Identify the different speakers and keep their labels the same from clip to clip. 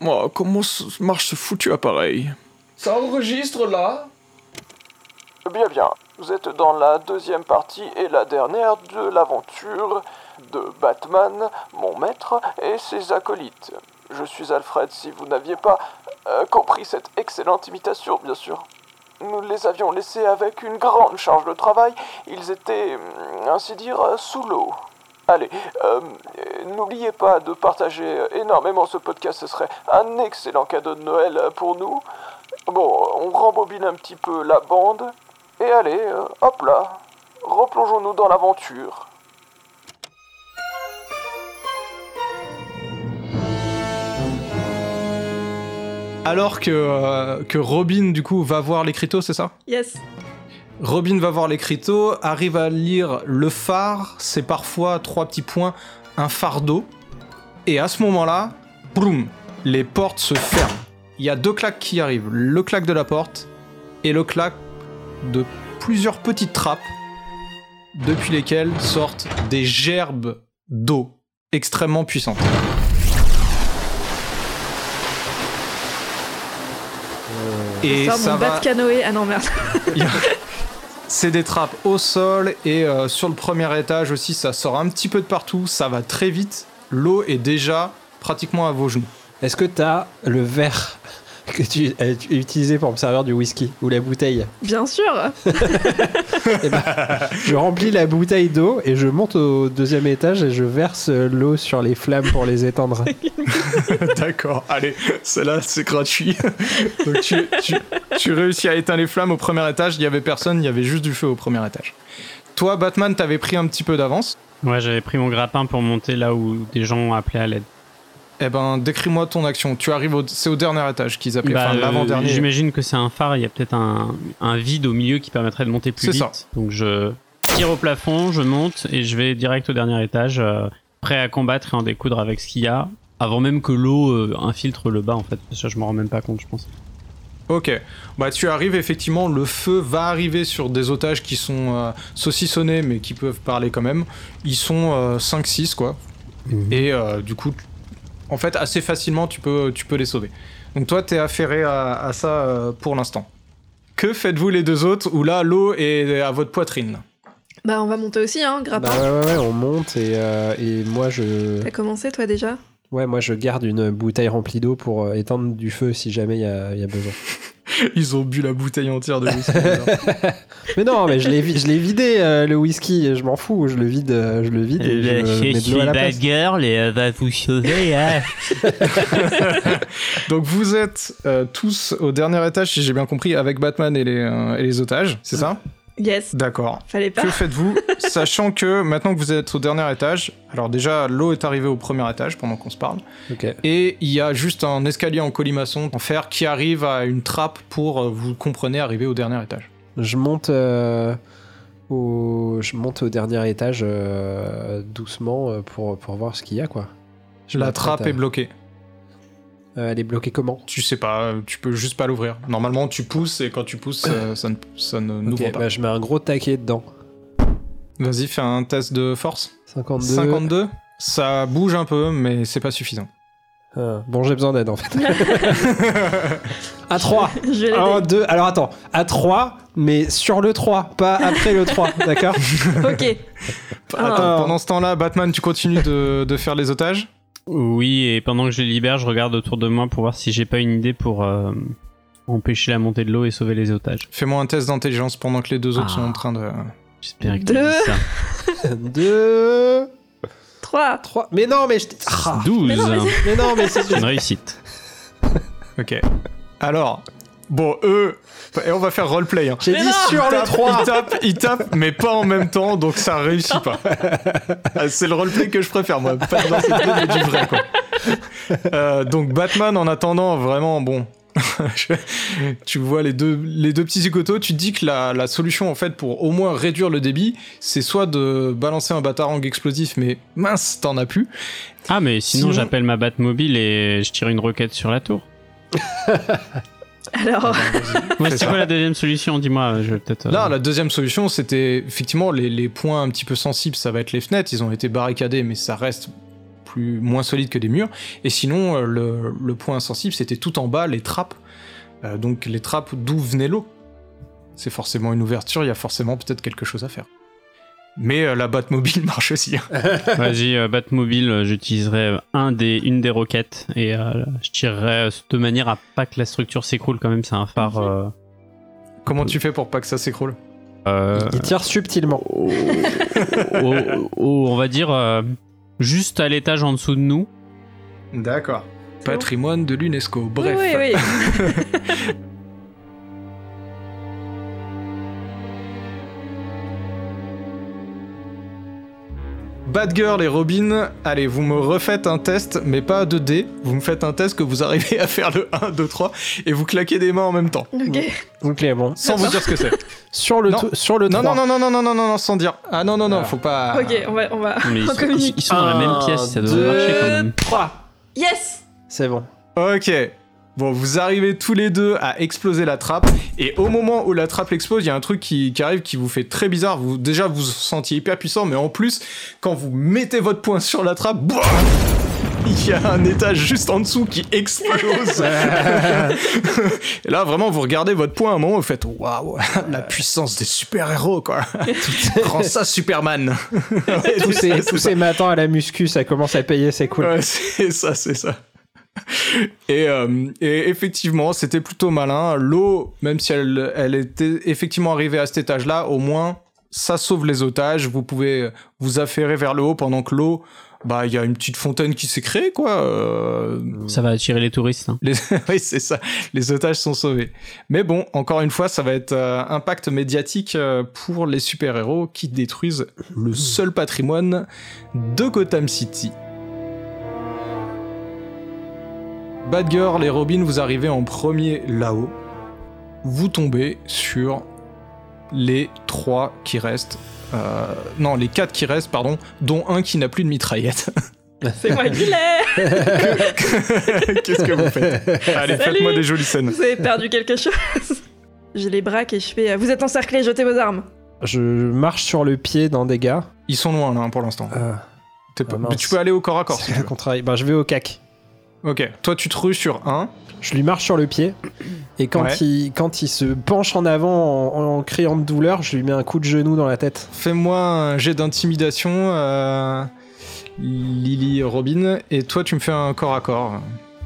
Speaker 1: Moi, comment s- marche ce foutu appareil
Speaker 2: Ça enregistre là
Speaker 3: Bien, bien. Vous êtes dans la deuxième partie et la dernière de l'aventure de Batman, mon maître et ses acolytes. Je suis Alfred, si vous n'aviez pas euh, compris cette excellente imitation, bien sûr. Nous les avions laissés avec une grande charge de travail, ils étaient, hum, ainsi dire, euh, sous l'eau. Allez, euh, euh, n'oubliez pas de partager énormément ce podcast, ce serait un excellent cadeau de Noël pour nous. Bon, on rembobine un petit peu la bande. Et allez, euh, hop là, replongeons-nous dans l'aventure.
Speaker 1: Alors que, euh, que Robin, du coup, va voir les cryptos, c'est ça
Speaker 4: Yes.
Speaker 1: Robin va voir les cryptos, arrive à lire le phare, c'est parfois, trois petits points, un fardeau. Et à ce moment-là, boum, les portes se ferment. Il y a deux claques qui arrivent, le claque de la porte et le claque de plusieurs petites trappes, depuis lesquelles sortent des gerbes d'eau extrêmement puissantes. Et
Speaker 4: ça,
Speaker 1: ça
Speaker 4: mon
Speaker 1: va...
Speaker 4: bat de canoë. Ah non, merde.
Speaker 1: Il y a- C'est des trappes au sol et euh, sur le premier étage aussi, ça sort un petit peu de partout, ça va très vite. L'eau est déjà pratiquement à vos genoux.
Speaker 5: Est-ce que t'as le verre que tu as utilisé pour me servir du whisky ou la bouteille
Speaker 4: Bien sûr.
Speaker 5: Je remplis la bouteille d'eau et je monte au deuxième étage et je verse l'eau sur les flammes pour les éteindre.
Speaker 1: D'accord, allez, celle-là c'est gratuit. Donc tu, tu- tu réussis à éteindre les flammes au premier étage, il y avait personne, il y avait juste du feu au premier étage. Toi, Batman, t'avais pris un petit peu d'avance.
Speaker 6: Ouais, j'avais pris mon grappin pour monter là où des gens ont appelé à l'aide.
Speaker 1: Eh ben, décris-moi ton action. Tu arrives au, c'est au dernier étage qu'ils appelaient,
Speaker 6: Bah,
Speaker 1: enfin
Speaker 6: euh,
Speaker 1: l'avant-dernier.
Speaker 6: J'imagine que c'est un phare, il y a peut-être un, un vide au milieu qui permettrait de monter plus
Speaker 1: C'est
Speaker 6: vite.
Speaker 1: ça.
Speaker 6: Donc je tire au plafond, je monte et je vais direct au dernier étage, euh, prêt à combattre et en découdre avec ce qu'il y a, avant même que l'eau euh, infiltre le bas en fait. Ça, je m'en rends même pas compte, je pense.
Speaker 1: Ok, bah tu arrives effectivement, le feu va arriver sur des otages qui sont euh, saucissonnés mais qui peuvent parler quand même. Ils sont 5-6 quoi.
Speaker 6: Mhm.
Speaker 1: Et euh, du coup, tu- en fait assez facilement tu peux, tu peux les sauver. Donc toi t'es affairé à, à ça euh, pour l'instant. Que faites-vous les deux autres où là l'eau est à votre poitrine
Speaker 4: Bah, on va monter aussi, hein, grappin.
Speaker 5: Bah ouais, ouais, ouais, on monte et, euh, et moi je.
Speaker 4: T'as commencé, toi, déjà
Speaker 5: Ouais, moi je garde une bouteille remplie d'eau pour euh, éteindre du feu si jamais il y, a- il y a besoin.
Speaker 1: Ils ont bu la bouteille entière de whisky.
Speaker 5: Mais non, mais je l'ai vi- je l'ai vidé euh, le whisky, je m'en fous, je le vide, euh, je le
Speaker 6: Eh
Speaker 5: vide et
Speaker 6: ben,
Speaker 5: je mets de l'eau à la place.
Speaker 6: girl et elle va vous sauver. hein.
Speaker 1: Donc vous êtes euh, tous au dernier étage si j'ai bien compris avec Batman et les, euh, et les otages, c'est ça
Speaker 4: Yes.
Speaker 1: D'accord.
Speaker 4: Fallait pas.
Speaker 1: Que faites-vous Sachant que maintenant que vous êtes au dernier étage, alors déjà l'eau est arrivée au premier étage pendant qu'on se parle,
Speaker 5: Ok.
Speaker 1: et il y a juste un escalier en colimaçon en fer qui arrive à une trappe pour, euh, vous le comprenez, arriver au dernier étage.
Speaker 5: Je monte euh, au je monte au dernier étage euh, doucement euh, pour pour voir ce qu'il y a quoi. Je
Speaker 1: La
Speaker 5: m'apprête
Speaker 1: trappe
Speaker 5: à-
Speaker 1: est bloquée.
Speaker 5: Euh, elle est bloquée comment
Speaker 1: Tu sais pas, euh, tu peux juste pas l'ouvrir. Normalement tu pousses et quand tu pousses, euh, ça ne, ça ne- n'ouvre
Speaker 5: Ok,
Speaker 1: pas.
Speaker 5: bah, je mets un gros taquet dedans.
Speaker 1: Vas-y, fais un test de force.
Speaker 5: 52.
Speaker 1: 52 ça bouge un peu, mais c'est pas suffisant.
Speaker 5: Ah, bon, j'ai besoin d'aide en fait. à 3.
Speaker 4: Je vais l'aider.
Speaker 1: Ah,
Speaker 5: 1, 2. Alors attends, à 3, mais sur le 3, pas après le 3, d'accord
Speaker 4: Ok. Ah.
Speaker 1: Attends, pendant ce temps-là, Batman, tu continues de- de faire les otages
Speaker 6: Oui, et pendant que je les libère, je regarde autour de moi pour voir si j'ai pas une idée pour euh, empêcher la montée de l'eau et sauver les otages.
Speaker 1: Fais-moi un test d'intelligence pendant que les deux autres
Speaker 6: Ah.
Speaker 1: sont en train de.
Speaker 6: J'espère que
Speaker 4: Deux.
Speaker 6: t'as dit ça.
Speaker 5: 2,
Speaker 4: 3.
Speaker 5: 3. Mais non, mais je. t'ai- Ah,
Speaker 6: 12.
Speaker 4: Mais non, mais
Speaker 5: mais non, mais c'est.
Speaker 6: C'est une réussite.
Speaker 1: Ok. Alors, bon, eux. Et on va faire roleplay. Hein.
Speaker 5: J'ai
Speaker 4: Mais
Speaker 5: dit
Speaker 4: non
Speaker 5: sur
Speaker 1: Ils
Speaker 5: le
Speaker 1: tapent,
Speaker 5: 3.
Speaker 1: Ils tapent, ils tapent, mais pas en même temps, donc ça réussit pas. Ah, C'est le roleplay que je préfère, moi. Pas dans cette idée, mais du vrai, quoi. Euh, donc, Batman, en attendant, vraiment, bon. je- tu vois les deux, les deux petits zigotos, tu te dis que la, la solution, en fait, pour au moins réduire le débit, c'est soit de balancer un batarang explosif, mais mince, t'en as plus.
Speaker 6: Ah, mais sinon,
Speaker 1: Sinon-
Speaker 6: j'appelle ma Batmobile et je tire une roquette sur la tour.
Speaker 1: Ah,
Speaker 4: Alors,
Speaker 6: Ouais,
Speaker 1: Fais
Speaker 6: c'est
Speaker 1: ça.
Speaker 6: quoi la deuxième solution Dis-moi, je vais peut-être. euh,
Speaker 1: Là, la deuxième solution, c'était effectivement les, les points un petit peu sensibles, ça va être les fenêtres. Ils ont été barricadés, mais ça reste plus plus moins solides que des murs. Et sinon, euh, le, le point insensible, c'était tout en bas, les trappes. Euh, donc les trappes d'où venait l'eau. C'est forcément une ouverture, il y a forcément peut-être quelque chose à faire. Mais euh, la Batmobile marche aussi. hein.
Speaker 6: Vas-y, euh, Batmobile, euh, j'utiliserai un des, une des roquettes et euh, je tirerai euh, de manière à pas que la structure s'écroule quand même, c'est un phare. euh,
Speaker 1: Comment tu fais pour pas que ça s'écroule
Speaker 6: euh,
Speaker 5: Il tire subtilement.
Speaker 6: au- au- au- on va dire euh, juste à l'étage en dessous de nous.
Speaker 1: D'accord.
Speaker 4: C'est bon
Speaker 1: Patrimoine de l'UNESCO, bref.
Speaker 4: Oui, oui, oui.
Speaker 1: Batgirl et Robin, allez, vous me refaites un test, mais pas de dés. Vous me faites un test que vous arrivez à faire le 1, 2, 3 et vous claquez des mains en même temps.
Speaker 4: Ok.
Speaker 5: Ok, bon.
Speaker 1: Sans vous dire ce que c'est.
Speaker 5: Sur le,
Speaker 1: Non.
Speaker 5: tou- sur le
Speaker 1: Non,
Speaker 5: 3.
Speaker 1: non, non, non, non, non, non, non, non, sans dire. Ah non, non, non, faut pas.
Speaker 4: Ok, on va. On va...
Speaker 6: Mais ils sont, ils- ils sont dans la même pièce, ça devrait
Speaker 5: deux,
Speaker 6: marcher quand même.
Speaker 4: Yes
Speaker 5: C'est bon.
Speaker 1: Ok. Bon, vous arrivez tous les deux à exploser la trappe, et au moment où la trappe explose, il y a un truc qui, qui arrive qui vous fait très bizarre. Vous, déjà, vous vous sentiez hyper puissant, mais en plus, quand vous mettez votre poing sur la trappe, boum il y a un étage juste en dessous qui explose. et là, vraiment, vous regardez votre poing à un moment, vous faites waouh, la puissance des super-héros, quoi. Prends ça, Superman. Ouais,
Speaker 5: Tous
Speaker 1: c'est
Speaker 5: ces,
Speaker 1: ça, c'est
Speaker 5: tous
Speaker 1: ça.
Speaker 5: ces matins à la muscu, ça commence à payer, c'est cool.
Speaker 1: Ouais, c'est ça, c'est ça. Et, euh, et effectivement, c'était plutôt malin. L'eau, même si elle, elle était effectivement arrivée à cet étage-là, au moins, ça sauve les otages. Vous pouvez vous affairer vers le haut pendant que l'eau, bah, il y a une petite fontaine qui s'est créée, quoi. Euh,
Speaker 6: Ça va attirer les touristes. hein.
Speaker 1: les... oui, c'est ça. Les otages sont sauvés. Mais bon, encore une fois, ça va être euh, impact médiatique euh, pour les super-héros qui détruisent le seul patrimoine de Gotham City. Batgirl et Robin, vous arrivez en premier là-haut. Vous tombez sur les trois qui restent. euh, non, les quatre qui restent, pardon, dont un qui n'a plus de mitraillette.
Speaker 5: Euh,
Speaker 4: C'est moi qui l'ai
Speaker 1: Qu'est-ce que vous faites Allez,
Speaker 4: Salut
Speaker 1: faites-moi des jolies scènes.
Speaker 4: Vous avez perdu quelque chose Je les braque et je fais. euh, Vous êtes encerclés, jetez vos armes
Speaker 5: Je marche sur le pied d'un des gars.
Speaker 1: Ils sont loin là hein, pour l'instant.
Speaker 5: Ah,
Speaker 1: T'es pas-
Speaker 5: ah,
Speaker 1: mais
Speaker 5: mince.
Speaker 1: tu peux aller au corps à corps. si
Speaker 5: c'est
Speaker 1: tu
Speaker 5: le
Speaker 1: veux.
Speaker 5: contraire. Ben, je vais au cac.
Speaker 1: Ok, toi tu te rues sur un.
Speaker 5: Je lui marche sur le pied. Et quand,
Speaker 1: Ouais.
Speaker 5: il, quand il se penche en avant en, en criant de douleur, je lui mets un coup de genou dans la tête.
Speaker 1: Fais-moi un jet d'intimidation, euh, Lily Robin, et toi tu me fais un corps à corps.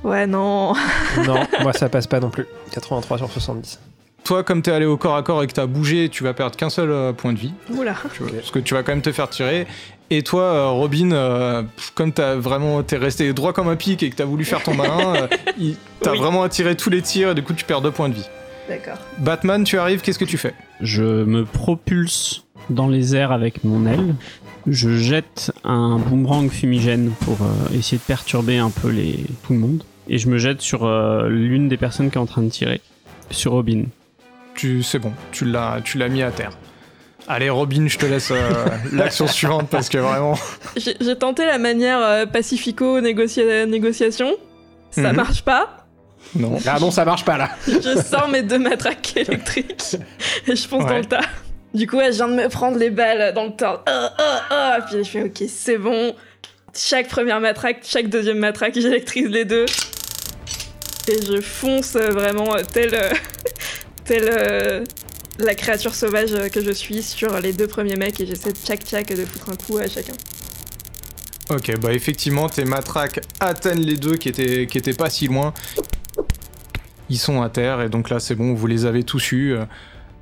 Speaker 4: Ouais, non.
Speaker 5: Non, moi ça passe pas non plus. 83 sur 70.
Speaker 1: Toi, comme t'es allé au corps à corps et que t'as bougé, tu vas perdre qu'un seul euh, point de vie,
Speaker 4: Oula.
Speaker 1: tu vois, parce que tu vas quand même te faire tirer. Et toi, euh, Robin, euh, pff, comme t'as vraiment t'es resté droit comme un pic et que t'as voulu faire ton malin, euh, il- t'as
Speaker 4: Oui.
Speaker 1: vraiment attiré tous les tirs et du coup tu perds deux points de vie.
Speaker 4: D'accord.
Speaker 1: Batman, tu arrives, qu'est-ce que tu fais
Speaker 6: Je me propulse dans les airs avec mon aile. Je jette un boomerang fumigène pour euh, essayer de perturber un peu les... tout le monde. Et je me jette sur euh, l'une des personnes qui est en train de tirer, sur Robin.
Speaker 1: Tu, c'est bon, tu l'as, tu l'as mis à terre. Allez, Robin, je te laisse euh, l'action suivante parce que vraiment.
Speaker 4: J'ai j'ai tenté la manière euh, pacifico-négociation. Ça
Speaker 1: Mhm.
Speaker 4: marche pas.
Speaker 1: Non.
Speaker 5: Ah non, ça marche pas là.
Speaker 4: Je sors mes deux matraques électriques et je fonce dans
Speaker 1: Ouais.
Speaker 4: le tas. Du coup, ouais, je viens de me prendre les balles dans le tas. Ah, ah, ah. Puis je fais ok, c'est bon. Chaque première matraque, chaque deuxième matraque, j'électrise les deux. Et je fonce euh, vraiment euh, telle, euh, telle euh, la créature sauvage euh, que je suis sur les deux premiers mecs et j'essaie de tchac tchac de foutre un coup à chacun.
Speaker 1: Ok, bah effectivement, tes matraques atteignent les deux qui étaient, qui étaient pas si loin. Ils sont à terre et donc là, c'est bon, vous les avez tous eus. Euh,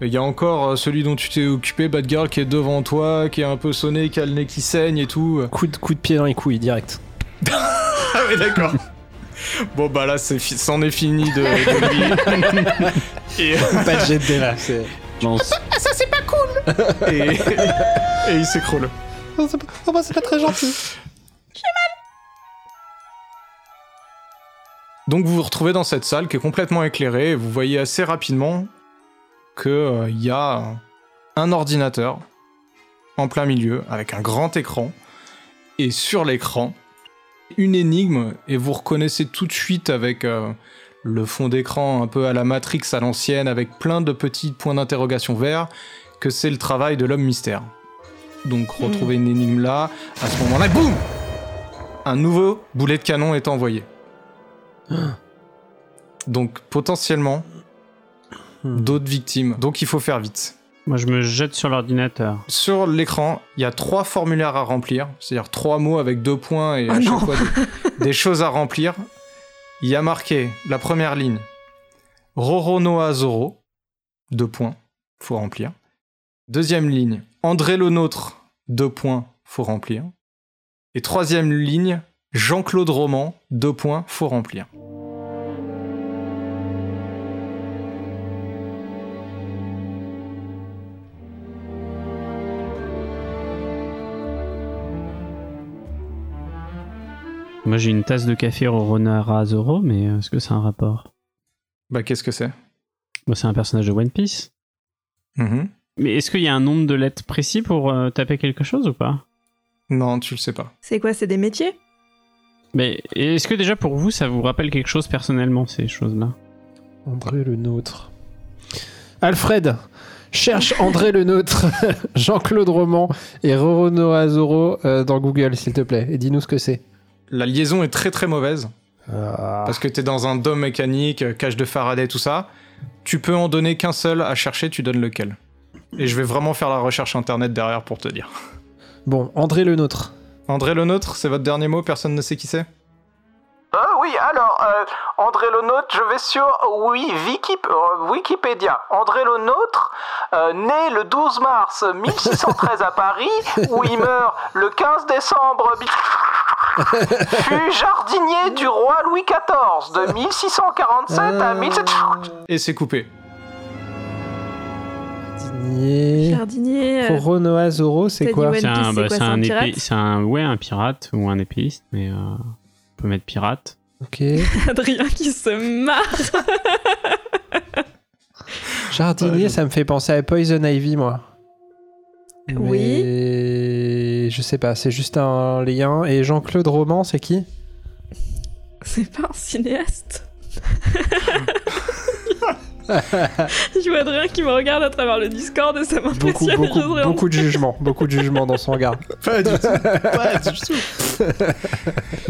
Speaker 1: Il y a encore euh, celui dont tu t'es occupé, Bad Girl, qui est devant toi, qui est un peu sonné, qui a le nez qui saigne et tout.
Speaker 5: Coup de, coup de pied dans les couilles direct.
Speaker 1: Ah oui, d'accord. bon, bah là, c'est fi- c'en est fini de, de lui. euh,
Speaker 5: pas de jet de dés, là. c'est-
Speaker 6: Lance.
Speaker 1: et, et il s'écroule.
Speaker 5: Oh, c'est pas, oh, bah, c'est pas très gentil.
Speaker 1: Donc vous vous retrouvez dans cette salle qui est complètement éclairée et vous voyez assez rapidement qu'il euh, y a un ordinateur en plein milieu avec un grand écran et sur l'écran une énigme et vous reconnaissez tout de suite avec euh, le fond d'écran un peu à la Matrix à l'ancienne avec plein de petits points d'interrogation verts que c'est le travail de l'homme mystère. Donc retrouver une énigme là, à ce moment-là, boum un nouveau boulet de canon est envoyé. Donc potentiellement
Speaker 5: Hmm.
Speaker 1: d'autres victimes. Donc il faut faire vite.
Speaker 6: Moi, je me jette sur l'ordinateur.
Speaker 1: Sur l'écran, il y a trois formulaires à remplir, c'est-à-dire trois mots avec deux points et à
Speaker 4: Ah
Speaker 1: chaque
Speaker 4: non.
Speaker 1: fois des, des choses à remplir. Il y a marqué la première ligne Roro Noa Zoro, deux points, faut remplir. Deuxième ligne André le Nôtre, deux points, faut remplir. Et troisième ligne Jean-Claude Roman, deux points, faut remplir.
Speaker 6: Moi, j'ai une tasse de café au renard à Zoro, mais euh, est-ce que c'est un rapport
Speaker 1: Bah qu'est-ce que c'est
Speaker 6: Moi, c'est un personnage de One Piece.
Speaker 1: Mhm.
Speaker 6: Mais est-ce qu'il y a un nombre de lettres précis pour euh, taper quelque chose ou pas
Speaker 1: Non, tu le sais pas.
Speaker 4: C'est quoi, c'est des métiers
Speaker 6: Mais est-ce que déjà pour vous, ça vous rappelle quelque chose personnellement, ces choses-là
Speaker 5: André le nôtre. Alfred Cherche André le nôtre, Jean-Claude Roman et Roro Noa Zoro euh, dans Google, s'il te plaît. Et dis-nous ce que c'est.
Speaker 1: La liaison est très très mauvaise.
Speaker 5: Ah.
Speaker 1: Parce que t'es dans un dôme mécanique, euh, cage de Faraday, tout ça. Tu peux en donner qu'un seul à chercher, tu donnes lequel. Et je vais vraiment faire la recherche internet derrière pour te dire.
Speaker 5: Bon, André le nôtre.
Speaker 1: André le nôtre, c'est votre dernier mot, personne ne sait qui c'est
Speaker 3: Ah oui, alors, euh, André Le Nôtre, je vais sur oui, Wikip- euh, Wikipédia. André Le Nôtre, euh, né le 12 mars 1613 à Paris, où il meurt le 15 décembre. fut jardinier du roi Louis XIV de 1647 à 1700.
Speaker 1: Et c'est coupé.
Speaker 5: Digné.
Speaker 4: Jardinier. euh,
Speaker 5: Roro Noa Zoro, c'est
Speaker 4: T'as
Speaker 5: quoi
Speaker 4: dit One Piece, c'est
Speaker 6: bah,
Speaker 4: quoi, c'est
Speaker 6: un,
Speaker 4: un
Speaker 6: épée-
Speaker 4: pirate
Speaker 6: c'est un, ouais, un pirate ou un épéiste, mais euh, on peut mettre pirate.
Speaker 5: Ok.
Speaker 4: euh, Adrien qui se marre.
Speaker 5: Jardinier,
Speaker 1: Ouais,
Speaker 5: ça me fait penser à Poison Ivy, moi.
Speaker 4: Oui.
Speaker 5: Mais Je sais pas, c'est juste un lien. Et Jean-Claude Roman, c'est qui
Speaker 4: C'est pas un cinéaste. Je vois Adrien qui me regarde à travers le Discord et ça
Speaker 5: Beaucoup,
Speaker 4: m'impressionne.
Speaker 5: beaucoup,
Speaker 4: je serais en-
Speaker 5: beaucoup de jugements. Beaucoup de jugements dans son regard.
Speaker 1: Pas du tout.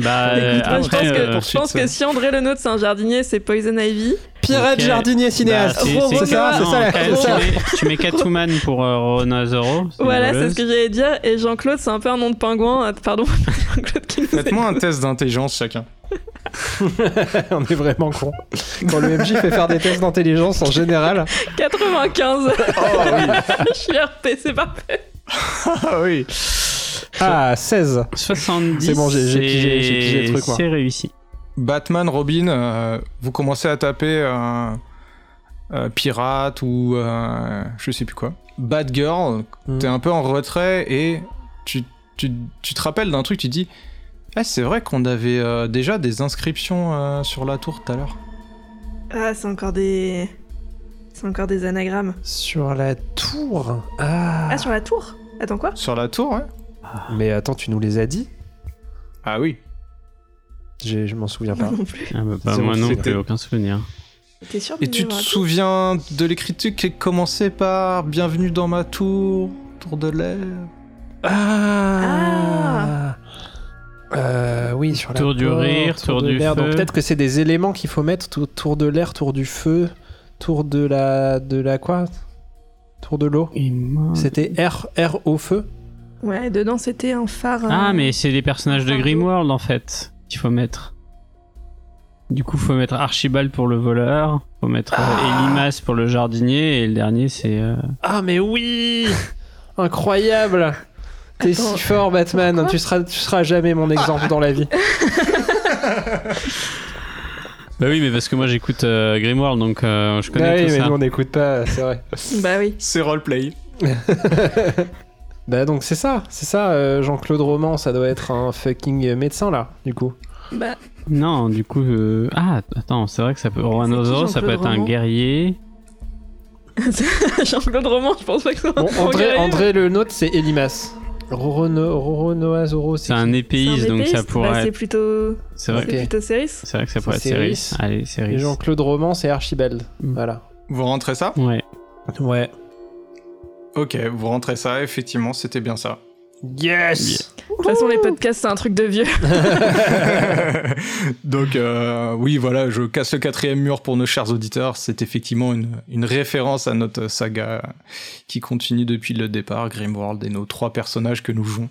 Speaker 6: Bah,
Speaker 4: Écoute, moi, je pense,
Speaker 6: après,
Speaker 4: que,
Speaker 6: euh,
Speaker 4: je pense que si André Le Nôtre c'est un jardinier, c'est Poison Ivy.
Speaker 5: Pirate,
Speaker 6: Ok.
Speaker 5: jardinier, cinéaste.
Speaker 6: bah, c'est-
Speaker 5: c'est ça, c'est
Speaker 6: non,
Speaker 5: ça,
Speaker 6: après,
Speaker 5: c'est ça.
Speaker 6: Tu mets, tu mets Catwoman pour euh, Rona Zoro. c'est
Speaker 4: Voilà, c'est
Speaker 6: voleuse.
Speaker 4: ce que j'allais dire. Et Jean-Claude, c'est un peu un nom de pingouin. Ah, Pardon, Jean-Claude qui nous
Speaker 1: Faites-moi un test d'intelligence chacun.
Speaker 5: On est vraiment con. Quand le MJ fait faire des tests d'intelligence en général,
Speaker 4: est 95.
Speaker 1: Oh,
Speaker 4: je suis RP, c'est parfait.
Speaker 1: Ah oui.
Speaker 5: ah 16.
Speaker 6: 70.
Speaker 5: C'est bon, j'ai- j'ai
Speaker 6: et
Speaker 5: pigé- j'ai pigé le truc, moi.
Speaker 6: C'est réussi.
Speaker 1: Batman, Robin, euh, vous commencez à taper euh, euh, pirate ou euh, je sais plus quoi. Bad Girl,
Speaker 5: Hmm.
Speaker 1: t'es un peu en retrait et tu, tu- tu te rappelles d'un truc, tu dis Ah, c'est vrai qu'on avait euh, déjà des inscriptions euh, sur la tour tout à l'heure.
Speaker 4: Ah, c'est encore des. C'est encore des anagrammes.
Speaker 5: Sur la tour. Ah.
Speaker 4: Ah, sur la tour Attends, quoi
Speaker 1: Sur la tour, ouais
Speaker 5: Mais attends, tu nous les as dit
Speaker 1: Ah oui.
Speaker 5: J'ai- Je m'en souviens
Speaker 4: Moi
Speaker 5: pas.
Speaker 4: non plus.
Speaker 6: Ah bah, pas
Speaker 1: C'est
Speaker 6: moi
Speaker 1: bon,
Speaker 6: non
Speaker 1: c'était-
Speaker 6: plus, aucun souvenir.
Speaker 4: T'es sûr de
Speaker 1: Et tu
Speaker 4: me
Speaker 1: te
Speaker 4: rappeler
Speaker 1: souviens de l'écriture qui commençait par Bienvenue dans ma tour, tour de l'air.
Speaker 5: Ah. Euh, oui, sur la
Speaker 6: Tour du
Speaker 5: porte,
Speaker 6: rire, tour
Speaker 5: de
Speaker 6: du
Speaker 5: l'air. Donc
Speaker 6: feu.
Speaker 5: peut-être que c'est des éléments qu'il faut mettre tour, tour de l'air, tour du feu, tour de la de la quoi Tour de l'eau.
Speaker 6: Et moi-
Speaker 5: C'était R R au feu.
Speaker 4: Ouais, dedans c'était un phare.
Speaker 6: Ah,
Speaker 4: euh,
Speaker 6: mais c'est les personnages de
Speaker 4: Pardon.
Speaker 6: Grimworld en fait qu'il faut mettre. Du coup, faut mettre Archibald pour le voleur, faut mettre euh,
Speaker 4: Ah.
Speaker 6: Elimas pour le jardinier, et le dernier c'est. euh,
Speaker 5: Ah mais oui Incroyable T'es
Speaker 4: Attends,
Speaker 5: si fort Batman,
Speaker 4: pourquoi
Speaker 5: tu seras, tu seras jamais mon exemple dans la vie.
Speaker 6: Bah oui, mais parce que moi j'écoute euh, Grimworld donc euh, je connais
Speaker 5: Ah oui,
Speaker 6: tout
Speaker 5: mais
Speaker 6: ça.
Speaker 5: nous on n'écoute pas, c'est vrai.
Speaker 4: Bah oui.
Speaker 1: C'est roleplay.
Speaker 5: Bah donc c'est ça, c'est ça, euh, Jean-Claude Roman, ça doit être un fucking médecin là, du coup.
Speaker 4: Bah,
Speaker 6: Non, du coup. euh, Ah, attends, c'est vrai que ça peut. Rwanosaurus, ça peut être
Speaker 4: Jean-Claude
Speaker 6: un
Speaker 4: Roman
Speaker 6: guerrier.
Speaker 4: Jean-Claude Roman, je pense pas que ce soit un
Speaker 5: Bon,
Speaker 4: trop
Speaker 5: André,
Speaker 4: guerrier.
Speaker 5: André le nôtre, c'est Elimas. Roro, no, Roro Noa Zoro,
Speaker 6: C'est
Speaker 5: c'est
Speaker 6: un
Speaker 4: C'est un
Speaker 6: épéiste donc ça
Speaker 4: épéiste. Bah,
Speaker 6: pourrait
Speaker 4: c'est
Speaker 6: être.
Speaker 4: plutôt.
Speaker 6: C'est vrai,
Speaker 5: Ok.
Speaker 4: C'est plutôt Céris.
Speaker 6: c'est vrai que ça
Speaker 5: C'est
Speaker 6: pourrait être
Speaker 5: Céris.
Speaker 6: Céris. Allez,
Speaker 5: qui Et
Speaker 6: Céris.
Speaker 5: Jean-Claude Roman, c'est Archibald.
Speaker 6: Mm.
Speaker 5: Voilà.
Speaker 1: Vous rentrez ça
Speaker 6: Ouais.
Speaker 5: Ouais.
Speaker 1: Ok, vous rentrez ça, effectivement, c'était bien ça.
Speaker 5: Yes
Speaker 4: De toute façon, les podcasts, c'est un truc de vieux.
Speaker 1: Donc euh, oui, voilà, je casse le quatrième mur pour nos chers auditeurs. C'est effectivement une, une référence à notre saga qui continue depuis le départ, Grimworld et nos trois personnages que nous jouons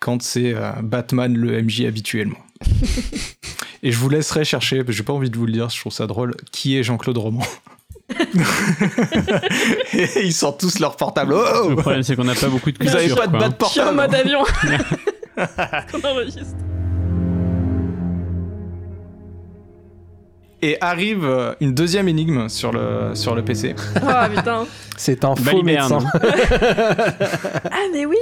Speaker 1: quand c'est euh, Batman le MJ habituellement. et je vous laisserai chercher, parce que j'ai pas envie de vous le dire, je trouve ça drôle, qui est Jean-Claude Roman. et ils sortent tous leur portable. Oh
Speaker 6: Le problème, c'est qu'on n'a pas beaucoup de
Speaker 1: vous
Speaker 6: culture.
Speaker 1: avez pas de
Speaker 6: quoi.
Speaker 1: batte
Speaker 4: Je suis en
Speaker 1: portable hein.
Speaker 4: mode avion. On enregistre.
Speaker 1: Et arrive euh, une deuxième énigme sur le, sur le PC.
Speaker 4: Oh putain.
Speaker 5: C'est un faux
Speaker 6: Baliberne. hein.
Speaker 5: médecin.
Speaker 4: Ah, mais oui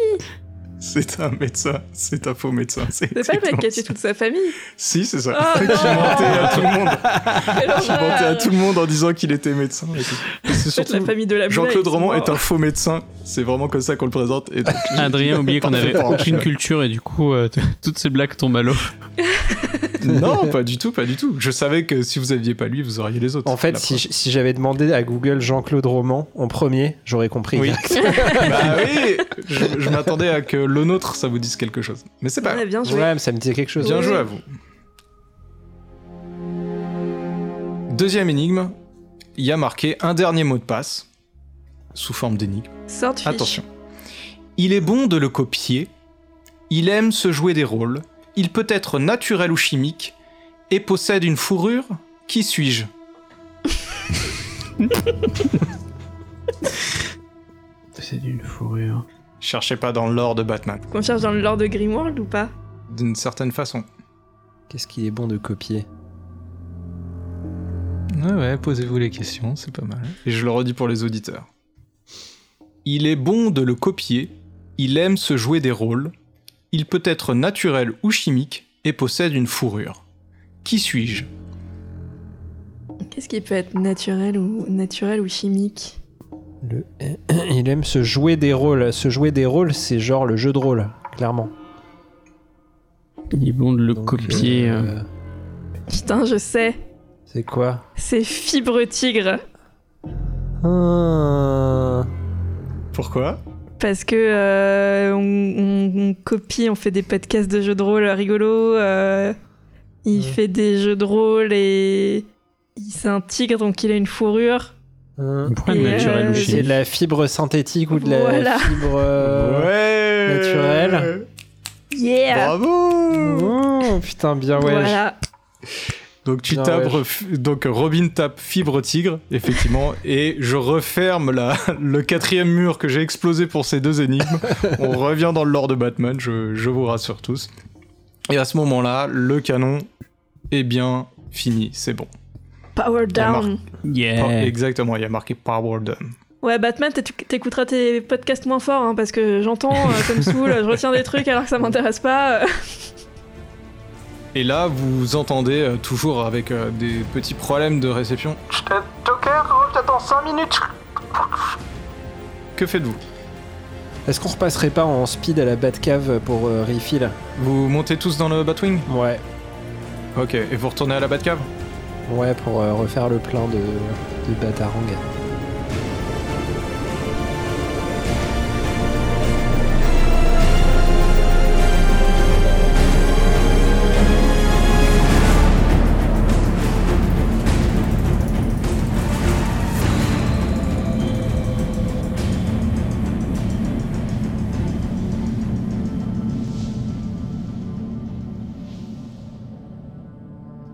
Speaker 1: C'est un médecin, c'est un faux médecin.
Speaker 4: C'est pas le mec qui a tué toute sa famille.
Speaker 1: Si, c'est ça.
Speaker 4: Ah,
Speaker 1: qui
Speaker 4: non.
Speaker 1: mentait à tout le monde.
Speaker 4: Quelle
Speaker 1: Qui mentait à
Speaker 4: horreur.
Speaker 1: tout le monde en disant qu'il était médecin. et tout. Et c'est
Speaker 4: Toute la
Speaker 1: surtout.
Speaker 4: famille de la Oh. Boulaye,
Speaker 1: Jean-Claude
Speaker 4: ils sont
Speaker 1: Roman
Speaker 4: morts.
Speaker 1: est un faux médecin. C'est vraiment comme ça qu'on le présente. Et donc,
Speaker 6: hein. Adrien a oublié qu'on avait
Speaker 1: Parfait.
Speaker 6: aucune culture et du coup, euh, t- toutes ces blagues tombent à l'eau.
Speaker 1: non, pas du tout, pas du tout. Je savais que si vous aviez pas lui, vous auriez les autres.
Speaker 5: En fait,
Speaker 1: La
Speaker 5: si, si j'avais demandé à Google Jean-Claude Roman en premier, j'aurais compris.
Speaker 1: Oui. preuve. Bah oui, je, je m'attendais à que le nôtre, ça vous dise quelque chose. Mais c'est pas.
Speaker 4: Ouais,
Speaker 1: grave.
Speaker 4: Eh bien joué.
Speaker 5: Ouais, mais ça me disait quelque chose.
Speaker 1: Bien
Speaker 4: Oui.
Speaker 1: joué à vous. Deuxième énigme. Il y a marqué un dernier mot de passe sous forme d'énigme.
Speaker 4: Sort de fiche.
Speaker 1: Attention. Il est bon de le copier. Il aime se jouer des rôles. Il peut être naturel ou chimique et possède une fourrure. Qui suis-je
Speaker 6: C'est d'une fourrure.
Speaker 1: Cherchez pas dans l'or de Batman.
Speaker 4: Qu'on cherche dans le lore de Grimworld ou pas
Speaker 1: D'une certaine façon.
Speaker 5: Qu'est-ce qu'il est bon de copier
Speaker 1: Ouais, ouais, posez-vous les questions, c'est pas mal. Et je le redis pour les auditeurs. Il est bon de le copier. Il aime se jouer des rôles. Il peut être naturel ou chimique et possède une fourrure. Qui suis-je
Speaker 4: Qu'est-ce qui peut être naturel ou naturel ou chimique
Speaker 5: Le- Il aime se jouer des rôles. Se jouer des rôles, c'est genre le jeu de rôle, clairement.
Speaker 6: Il est bon de le
Speaker 5: Donc,
Speaker 6: copier.
Speaker 5: euh,
Speaker 6: euh,
Speaker 4: Putain, je sais.
Speaker 5: c'est quoi
Speaker 4: C'est Fibre Tigre.
Speaker 5: Ah.
Speaker 1: Pourquoi
Speaker 4: Parce que euh, on, on- on copie, on fait des podcasts de jeux de rôle rigolos. euh, il
Speaker 5: Ouais.
Speaker 4: fait des jeux de rôle et il- c'est un tigre donc il a une fourrure.
Speaker 5: Ah.
Speaker 6: Pourquoi
Speaker 4: Et,
Speaker 6: naturel
Speaker 4: euh,
Speaker 6: ou
Speaker 5: C'est de
Speaker 6: chimique
Speaker 5: la fibre synthétique ou de la
Speaker 4: Voilà.
Speaker 5: fibre. euh,
Speaker 1: Ouais
Speaker 5: naturel.
Speaker 4: Yeah.
Speaker 1: Bravo
Speaker 5: Oh, putain, bien ouais.
Speaker 4: Voilà.
Speaker 1: Donc tu
Speaker 5: Bien,
Speaker 1: tapes,
Speaker 5: ouais.
Speaker 1: ref- donc Robin tape fibre tigre, effectivement, et je referme la, le quatrième mur que j'ai explosé pour ces deux énigmes. On revient dans le lore de Batman, je, je vous rassure tous. Et à ce moment-là, le canon est bien fini, c'est bon.
Speaker 4: Power
Speaker 1: y a marqué-
Speaker 4: down.
Speaker 1: Par-
Speaker 6: Yeah.
Speaker 1: Exactement, il y a marqué Power Down.
Speaker 4: Ouais, Batman, t'éc- t'écouteras tes podcasts moins fort hein, parce que j'entends, euh, ça me saoule, je retiens des trucs alors que ça m'intéresse pas. euh.
Speaker 1: Et là, vous entendez euh, toujours avec euh, des petits problèmes de réception.
Speaker 3: Euh, Joker, t'attends 5 minutes
Speaker 1: Que faites-vous
Speaker 5: Est-ce qu'on repasserait pas en speed à la Batcave pour euh, refill
Speaker 1: Vous montez tous dans le Batwing
Speaker 5: Ouais.
Speaker 1: Ok, et vous retournez à la Batcave
Speaker 5: Ouais, pour euh, refaire le plein de, de Batarang.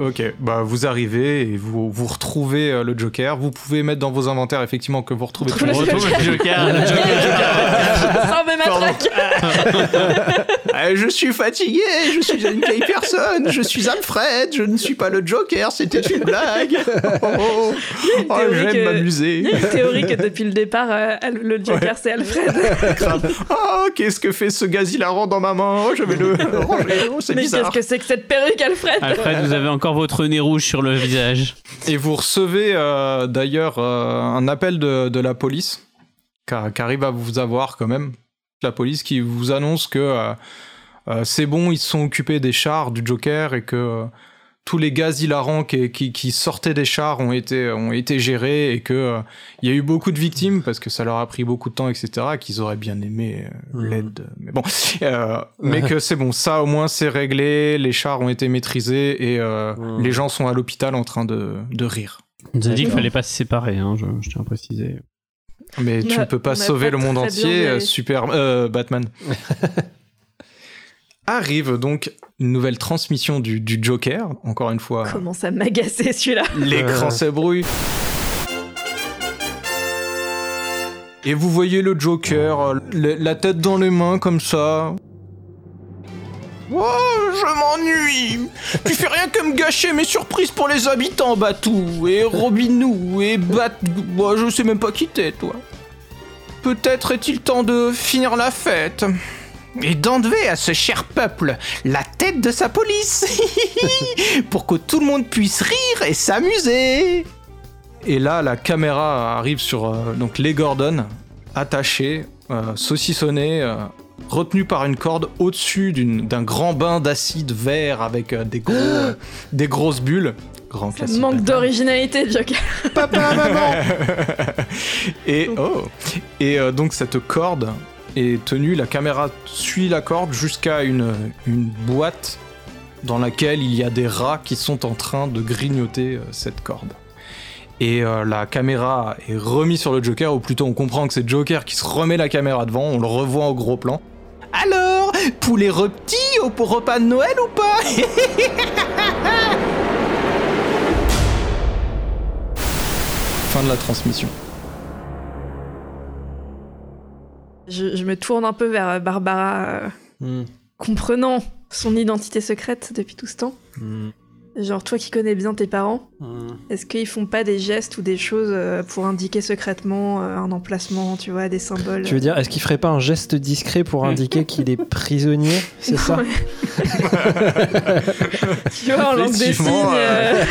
Speaker 1: Ok, bah vous arrivez et vous, vous retrouvez euh, le Joker. Vous pouvez mettre dans vos inventaires effectivement que vous retrouvez
Speaker 4: Retrouve
Speaker 1: tout le
Speaker 4: le
Speaker 1: monde.
Speaker 6: Retourne le Joker.
Speaker 4: Sans mes
Speaker 1: Pardon.
Speaker 4: matraques.
Speaker 1: Ah, je suis fatigué, je suis une vieille personne, je suis Alfred, je ne suis pas le Joker, c'était une blague. Oh, oh,
Speaker 4: une théorie que- Il y
Speaker 1: m'amuser.
Speaker 4: a une théorie que depuis le départ, euh, Al- le Joker c'est Alfred.
Speaker 1: Oh, qu'est-ce que fait ce gaz hilarant dans ma main Oh, je vais le ranger, oh, c'est
Speaker 4: Mais qu'est-ce que c'est que cette perruque, Alfred
Speaker 6: Alfred, vous avez encore votre nez rouge sur le visage.
Speaker 1: Et vous recevez euh, d'ailleurs euh, un appel de, de la police qui a- qui arrive à vous avoir quand même. La police qui vous annonce que euh, euh, c'est bon, ils se sont occupés des chars du Joker et que euh, tous les gaz hilarants qui, qui, qui sortaient des chars ont été, ont été gérés et que euh, il y a eu beaucoup de victimes parce que ça leur a pris beaucoup de temps, etc. Qu'ils auraient bien aimé euh,
Speaker 5: Mhm.
Speaker 1: l'aide. Mais bon, Euh, mais que c'est bon, ça au moins c'est réglé, les chars ont été maîtrisés et euh,
Speaker 5: Mhm.
Speaker 1: les gens sont à l'hôpital en train de, de rire.
Speaker 6: On nous a dit qu'il
Speaker 5: D'accord.
Speaker 6: fallait pas se séparer, hein, je, je tiens à préciser.
Speaker 1: Mais tu
Speaker 4: Ouais,
Speaker 1: ne peux
Speaker 4: on
Speaker 1: pas
Speaker 4: n'a
Speaker 1: sauver
Speaker 4: pas
Speaker 1: le monde
Speaker 4: très
Speaker 1: entier,
Speaker 4: bien, mais-
Speaker 1: euh, super euh, Batman. Arrive donc une nouvelle transmission du, du Joker. Encore une fois,
Speaker 4: Commence à m'agacer celui-là.
Speaker 1: l'écran
Speaker 5: Euh.
Speaker 1: s'ébrouille. Et vous voyez le Joker, euh, le- la tête dans les mains comme ça. Oh, je m'ennuie Tu fais rien que me gâcher mes surprises pour les habitants, Batou, et Robinou, et Bat... Moi, je sais même pas qui t'es, toi. Peut-être est-il temps de finir la fête. Et d'enlever à ce cher peuple la tête de sa police pour que tout le monde puisse rire et s'amuser. Et là, la caméra arrive sur euh, donc les Gordon, attachés, euh, saucissonnés, euh, retenus par une corde au-dessus d'une- d'un grand bain d'acide vert avec euh, des, gros- des grosses bulles. Grand classique.
Speaker 4: Manque d'originalité, Joker.
Speaker 5: Papa, maman
Speaker 1: Et oh Et euh, donc cette corde est tenue, la caméra suit la corde jusqu'à une, une boîte dans laquelle il y a des rats qui sont en train de grignoter euh, cette corde. Et euh, la caméra est remise sur le Joker, ou plutôt on comprend que c'est Joker qui se remet la caméra devant, on le revoit au gros plan. Alors, poulet repti au repas de Noël ou pas Fin de la transmission.
Speaker 4: Je, je me tourne un peu vers euh, Barbara, euh,
Speaker 1: Hmm.
Speaker 4: comprenant son identité secrète depuis tout ce temps.
Speaker 1: Hmm.
Speaker 4: Genre, toi qui connais bien tes parents, est-ce qu'ils font pas des gestes ou des choses euh, pour indiquer secrètement euh, un emplacement, tu vois, des symboles
Speaker 5: Tu veux dire, est-ce qu'il ferait pas un geste discret pour indiquer qu'il est prisonnier C'est ça
Speaker 4: Tu vois, en langue des signes.
Speaker 1: Effectivement,
Speaker 4: euh,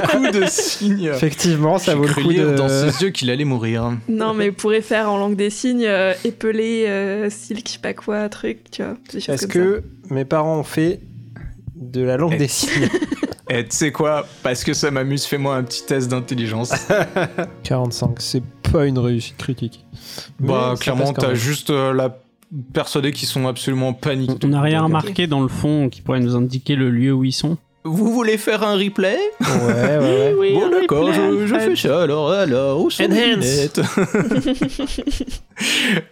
Speaker 1: Beaucoup de signes.
Speaker 5: Effectivement, ça
Speaker 1: J'ai
Speaker 5: vaut le
Speaker 1: cru
Speaker 5: coup
Speaker 1: lire
Speaker 5: de...
Speaker 1: dans ses yeux qu'il allait mourir.
Speaker 4: Non, mais pourrait faire en langue des signes, euh, épeler, euh, silk, je sais pas quoi, truc, tu vois. des choses
Speaker 5: Est-ce
Speaker 4: comme
Speaker 5: que mes parents ont fait de la langue
Speaker 1: Eh.
Speaker 5: des signes
Speaker 1: Et Eh, tu sais quoi Parce que ça m'amuse, fais-moi un petit test
Speaker 5: Ah,
Speaker 1: d'intelligence.
Speaker 5: 45, c'est pas une réussite critique.
Speaker 1: bah,
Speaker 5: Mais ça
Speaker 1: clairement,
Speaker 5: passe quand
Speaker 1: t'as
Speaker 5: même.
Speaker 1: juste euh, la persuadé qu'ils sont absolument paniqués.
Speaker 6: On n'a rien remarqué dans le fond qui pourrait nous indiquer le lieu où ils sont.
Speaker 1: Vous voulez faire un replay
Speaker 5: Ouais, ouais, ouais.
Speaker 1: Bon, d'accord, je, je fais ça. Alors, alors, où sont mes lunettes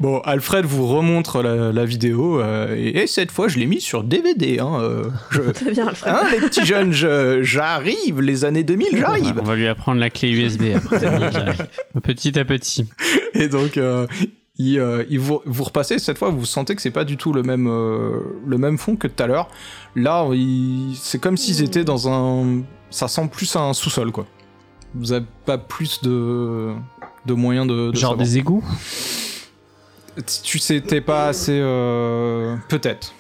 Speaker 1: Bon, Alfred vous remontre la, la vidéo euh, et, et cette fois, je l'ai mis sur DVD. Hein, euh, je-
Speaker 4: ça. Très Ah, bien, Alfred.
Speaker 1: hein, les petits jeunes, je- j'arrive. Les années 2000, j'arrive.
Speaker 6: On va lui apprendre la clé USB après. petit à petit.
Speaker 1: Et donc, euh, il, euh, il vous, vous repassez, cette fois, vous sentez que c'est pas du tout le même, euh, le même fond que tout à l'heure. Là, il- c'est comme s'ils étaient dans un. Ça sent plus à un sous-sol, quoi. Vous avez pas plus de, de moyens de. de
Speaker 6: Genre
Speaker 1: savoir.
Speaker 6: des égouts
Speaker 1: Tu- Tu sais, t'es pas assez. euh, Peut-être.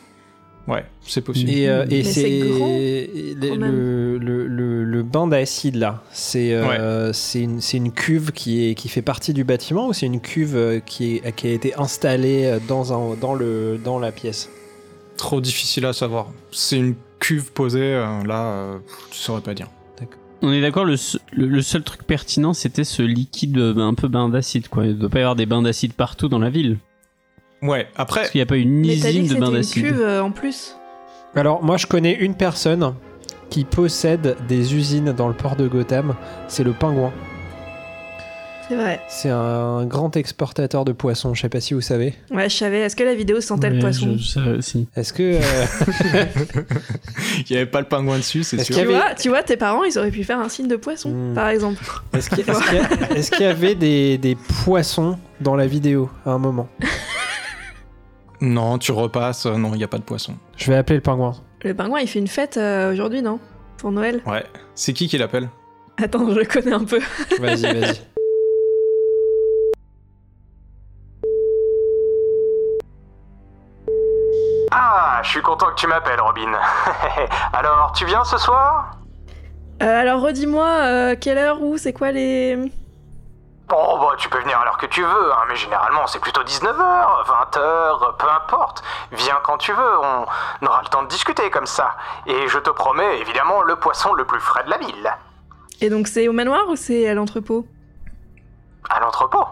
Speaker 1: Ouais, c'est possible.
Speaker 5: Et, euh, et
Speaker 4: Mais
Speaker 5: c'est
Speaker 4: c'est grand,
Speaker 5: et le,
Speaker 4: quand même.
Speaker 5: le, le- le bain d'acide là, c'est euh, c'est une, c'est une cuve qui, est, qui fait partie du bâtiment ou c'est une cuve euh, qui, est- qui a été installée euh, dans, un, dans, le, dans la pièce
Speaker 1: Trop difficile à savoir. C'est une cuve posée, euh, là, euh, tu saurais pas dire.
Speaker 6: On est d'accord, le, se- le- le seul truc pertinent c'était ce liquide euh, un peu bain d'acide quoi. Il doit pas y avoir des bains d'acide partout dans la ville.
Speaker 1: Ouais, après,
Speaker 6: Parce qu'il n'y a pas une
Speaker 4: Mais t'as dit
Speaker 6: usine
Speaker 4: que
Speaker 6: de
Speaker 4: c'était
Speaker 6: bains
Speaker 4: une
Speaker 6: d'acide.
Speaker 4: cuve euh, en plus.
Speaker 5: Alors moi je connais une personne qui possède des usines dans le port de Gotham, c'est le pingouin.
Speaker 4: C'est vrai.
Speaker 5: C'est un grand exportateur de poissons, je sais pas si vous savez.
Speaker 4: Ouais, je savais. Est-ce que la vidéo sentait le
Speaker 6: Ouais,
Speaker 4: poisson
Speaker 6: je- ça, si.
Speaker 5: Est-ce que... euh,
Speaker 1: il y avait pas le pingouin dessus, c'est
Speaker 5: Est-ce
Speaker 1: sûr.
Speaker 5: qu'il y
Speaker 4: Tu
Speaker 5: avait-
Speaker 4: vois, tu vois, tes parents, ils auraient pu faire un signe de poisson,
Speaker 5: Hmm.
Speaker 4: par exemple.
Speaker 5: Est-ce qu'il y, est-ce qu'il y a- est-ce qu'il y avait des, des poissons dans la vidéo à un moment
Speaker 1: Non, tu repasses, euh, non, il y a pas de poisson.
Speaker 5: Je vais appeler le pingouin.
Speaker 4: Le pingouin, il fait une fête euh, aujourd'hui, non Pour Noël
Speaker 1: Ouais. C'est qui qui l'appelle
Speaker 4: Attends, je le connais un peu.
Speaker 5: Vas-y, vas-y.
Speaker 3: Ah, je suis content que tu m'appelles, Robin. Alors, tu viens ce soir
Speaker 4: Euh, alors, redis-moi, euh, quelle heure, où, c'est quoi les...
Speaker 7: Bon, bah, tu peux venir à l'heure que tu veux, hein, mais généralement, c'est plutôt 19h, 20h, peu importe. Viens quand tu veux, on aura le temps de discuter comme ça. Et je te promets, évidemment, le poisson le plus frais de la ville.
Speaker 4: Et donc c'est au manoir ou c'est à l'entrepôt
Speaker 7: À l'entrepôt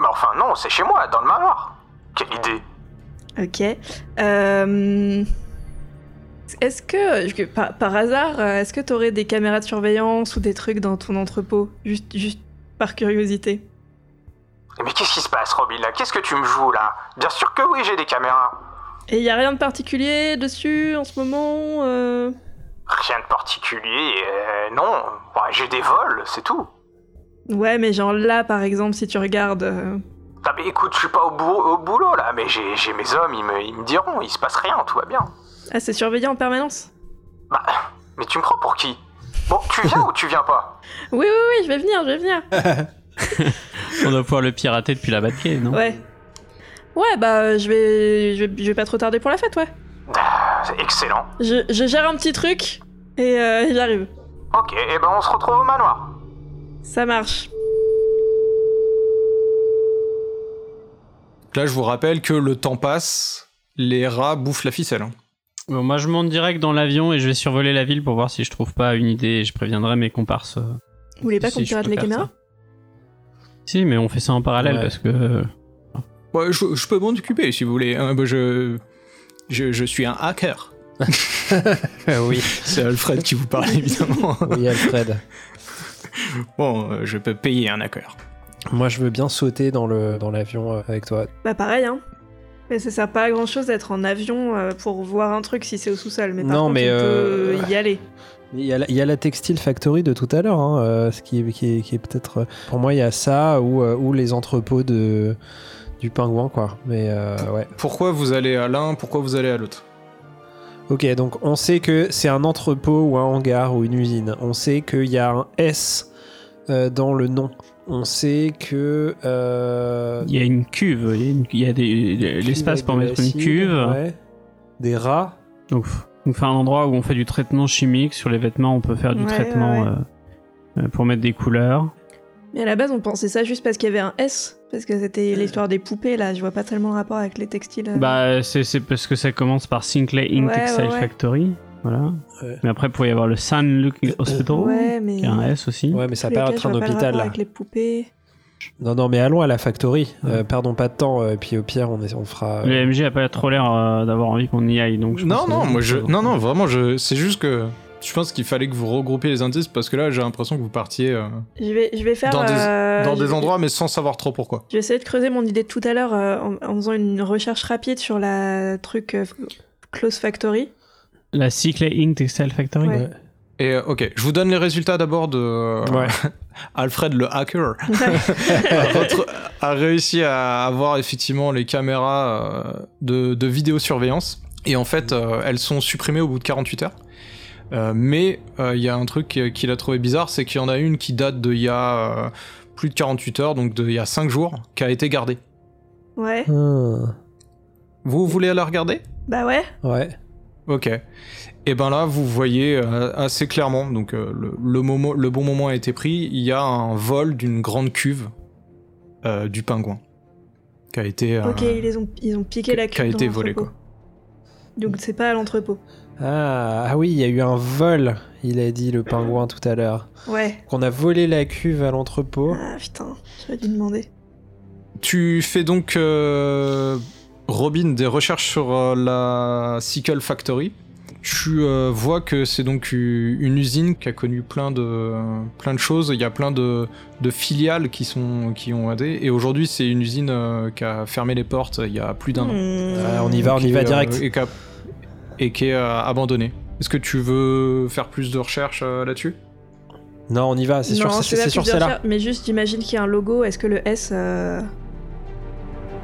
Speaker 7: Bah, enfin, non, c'est chez moi, dans le manoir. Quelle idée
Speaker 4: Ok. Euh, Est-ce que, que- par, par hasard, euh, est-ce que t'aurais des caméras de surveillance ou des trucs dans ton entrepôt juste, juste par curiosité
Speaker 7: Mais qu'est-ce qui se passe, Roby, là Qu'est-ce que tu me joues, là Bien sûr que oui, j'ai des caméras.
Speaker 4: Et y a rien de particulier dessus en ce moment euh,
Speaker 7: Rien de particulier, euh, non. Bah, j'ai des vols, c'est tout.
Speaker 4: Ouais, mais genre là, par exemple, si tu regardes... euh,
Speaker 7: Ah, mais écoute, je suis pas au, bou- au boulot, là, mais j'ai j'ai mes hommes, ils me, ils me diront, il se passe rien, tout va bien.
Speaker 4: Ah, c'est surveillé en permanence
Speaker 7: Bah, mais tu me prends pour qui Bon, tu viens ou tu viens pas
Speaker 4: Oui, oui, oui, je vais venir, je vais venir.
Speaker 6: Ah On doit pouvoir le pirater depuis la Batcave, non
Speaker 4: Ouais. Ouais, bah euh, je vais, je vais, je vais pas trop tarder pour la fête, ouais.
Speaker 7: Ah, c'est Excellent.
Speaker 4: Je, je gère un petit truc et euh, j'arrive.
Speaker 7: Ok, et ben on se retrouve au manoir.
Speaker 4: Ça marche.
Speaker 1: Là, je vous rappelle que le temps passe, les rats bouffent la ficelle. hein.
Speaker 6: Bon, moi, je monte direct dans l'avion et je vais survoler la ville pour voir si je trouve pas une idée et je préviendrai mes comparses. euh,
Speaker 4: Vous voulez pas
Speaker 6: si
Speaker 4: qu'on
Speaker 6: je
Speaker 4: pirate
Speaker 6: peux
Speaker 4: les
Speaker 6: faire
Speaker 4: caméras
Speaker 6: ça. Si, mais on fait ça en parallèle
Speaker 5: Ouais.
Speaker 6: parce que. euh,
Speaker 1: Ouais, je, je peux m'en occuper si vous voulez. hein, bah, je, je, je suis un hacker.
Speaker 5: Euh, oui,
Speaker 1: C'est Alfred qui vous parle, évidemment.
Speaker 5: oui, Alfred.
Speaker 1: Bon, euh, je peux payer un hacker.
Speaker 5: Moi, je veux bien sauter dans le dans l'avion euh, avec toi.
Speaker 4: Bah pareil, hein. Mais ça sert pas à grand chose d'être en avion euh, pour voir un truc si c'est au sous-sol. Mais par
Speaker 5: Non,
Speaker 4: contre,
Speaker 5: mais,
Speaker 4: on
Speaker 5: euh,
Speaker 4: peut y aller.
Speaker 5: Il y, a la, il y a la Textile Factory de tout à l'heure, hein, euh, ce qui, est- qui est, qui est peut-être. euh, Pour moi, il y a ça ou, euh, ou les entrepôts de, du pingouin, quoi. Mais euh, ouais.
Speaker 1: Pourquoi vous allez à l'un, pourquoi vous allez à l'autre
Speaker 5: Ok, donc on sait que c'est un entrepôt ou un hangar ou une usine. On sait qu'il y a un S euh, dans le nom. On sait que. euh,
Speaker 6: Il y a une cuve, il y a, une- il y a des- des- l'espace
Speaker 5: cuve
Speaker 6: pour
Speaker 5: avec
Speaker 6: mettre
Speaker 5: de
Speaker 6: une
Speaker 5: l'acide,
Speaker 6: cuve.
Speaker 5: ouais. Des rats.
Speaker 6: Donc, on fait un endroit où on fait du traitement chimique. Sur les vêtements, on peut faire du
Speaker 4: Ouais,
Speaker 6: traitement
Speaker 4: ouais,
Speaker 6: euh, euh, pour mettre des couleurs.
Speaker 4: Mais à la base, on pensait ça juste parce qu'il y avait un S. Parce que c'était l'histoire des poupées, là. Je vois pas tellement le rapport avec les textiles. euh.
Speaker 6: Bah, c'est c'est parce que ça commence par Sinclair Ink
Speaker 4: Ouais,
Speaker 6: Textile
Speaker 4: ouais, ouais.
Speaker 6: Factory. Voilà.
Speaker 5: Ouais.
Speaker 6: Mais après, il pourrait y avoir le San Luke Hospital,
Speaker 4: ouais, mais...
Speaker 6: qui a un S aussi.
Speaker 5: Ouais, mais ça
Speaker 4: Tous les
Speaker 5: part
Speaker 4: cas,
Speaker 5: être
Speaker 4: je
Speaker 5: un
Speaker 4: vois pas le
Speaker 5: hôpital
Speaker 4: rapport
Speaker 5: là.
Speaker 4: Avec les poupées.
Speaker 5: Non, non, mais allons à la factory. Euh, perdons pas de temps. euh, Et puis au pire, on, est- on fera. euh,
Speaker 6: Le MJ a pas trop l'air euh, d'avoir envie qu'on y aille, donc je
Speaker 1: Non,
Speaker 6: pense
Speaker 1: non,
Speaker 6: que-
Speaker 1: moi je, non, non, vraiment, je, c'est juste que je pense qu'il fallait que vous regroupiez les indices parce que là, j'ai l'impression que vous partiez euh,
Speaker 4: Je vais, je vais faire.
Speaker 1: Dans des-
Speaker 4: euh,
Speaker 1: dans
Speaker 4: je
Speaker 1: des
Speaker 4: vais-
Speaker 1: endroits, mais sans savoir trop pourquoi.
Speaker 4: Je vais essayer de creuser mon idée de tout à l'heure euh, en, en faisant une recherche rapide sur la truc euh, Close Factory.
Speaker 6: La Sinclair Ink Textile Factory.
Speaker 4: Ouais.
Speaker 1: Et euh, ok, je vous donne les résultats d'abord de
Speaker 5: Ouais.
Speaker 1: Alfred le hacker. Votre- a réussi à avoir effectivement les caméras euh, de, de vidéosurveillance. Et en fait, euh, elles sont supprimées au bout de 48 heures. Euh, mais euh, il y a un truc euh, qu'il a trouvé bizarre, c'est qu'il y en a une qui date d'il y a euh, plus de 48 heures, donc d'il y a 5 jours, qui a été gardée.
Speaker 4: Ouais.
Speaker 5: Hmm.
Speaker 1: Vous voulez la regarder
Speaker 4: Bah ouais.
Speaker 5: Ah, Ouais.
Speaker 1: Ok. Et ben là, vous voyez euh, assez clairement, donc euh, le, le moment, le bon moment a été pris, il y a un vol d'une grande cuve euh, du pingouin. Qui a été. euh,
Speaker 4: Ok, ils les ont, ils ont piqué la
Speaker 1: qui- qui
Speaker 4: queue.
Speaker 1: a
Speaker 4: dans
Speaker 1: été volé,
Speaker 4: l'entrepôt. Donc c'est pas à l'entrepôt.
Speaker 5: Ah, ah oui, il y a eu un vol, il a dit le pingouin tout à l'heure.
Speaker 4: Ouais.
Speaker 5: Qu'on a volé la cuve à l'entrepôt.
Speaker 4: Ah putain, j'aurais dû demander.
Speaker 1: Tu fais donc, euh, Robin, des recherches sur euh, la Sickle Factory. Tu euh, vois que c'est donc u- une usine qui a connu plein de, plein de choses. Il y a plein de, de filiales qui, sont, qui ont adé. Et aujourd'hui, c'est une usine euh, qui a fermé les portes il y a plus d'un an.
Speaker 4: Hmm.
Speaker 5: Ah, on y va, on y
Speaker 1: Qui,
Speaker 5: va
Speaker 1: euh,
Speaker 5: direct.
Speaker 1: et, qui a- et qui est euh, abandonnée. Est-ce que tu veux faire plus de recherches euh, là-dessus
Speaker 5: Non, on y va, c'est sûr,
Speaker 4: Non,
Speaker 5: c'est-
Speaker 4: je sais pas
Speaker 5: c'est sûr,
Speaker 4: plus
Speaker 5: c'est
Speaker 4: bien
Speaker 5: là.
Speaker 4: sûr, Mais juste, j'imagine qu'il y a un logo. Est-ce que le S, euh,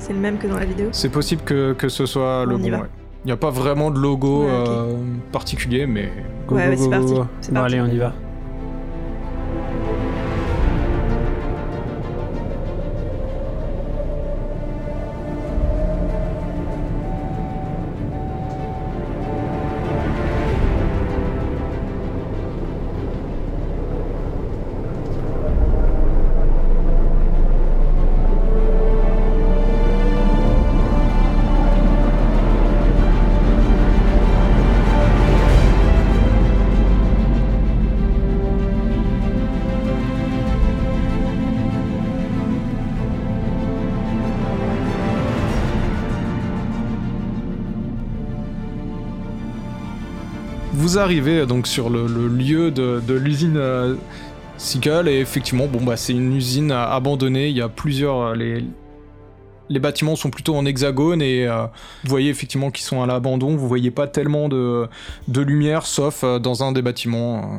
Speaker 4: c'est le même que dans la vidéo
Speaker 1: C'est possible que, que ce soit le
Speaker 4: On y
Speaker 1: bon.
Speaker 4: va.
Speaker 1: ouais. Il n'y a pas vraiment de logo
Speaker 4: Ouais, ok.
Speaker 1: euh, particulier, mais
Speaker 5: Go,
Speaker 4: Ouais,
Speaker 5: go,
Speaker 4: ouais,
Speaker 5: go,
Speaker 4: c'est parti.
Speaker 5: go, go.
Speaker 4: C'est
Speaker 6: Bon,
Speaker 4: parti.
Speaker 6: allez, on
Speaker 5: On
Speaker 6: y
Speaker 5: y
Speaker 6: va.
Speaker 5: va.
Speaker 1: vous arrivez euh, donc sur le, le lieu de, de l'usine euh, Seagull et effectivement, bon bah c'est une usine euh, abandonnée. Il y a plusieurs euh, les les bâtiments sont plutôt en hexagone et euh, vous voyez effectivement qu'ils sont à l'abandon. Vous voyez pas tellement de de lumière sauf euh, dans un des bâtiments. euh,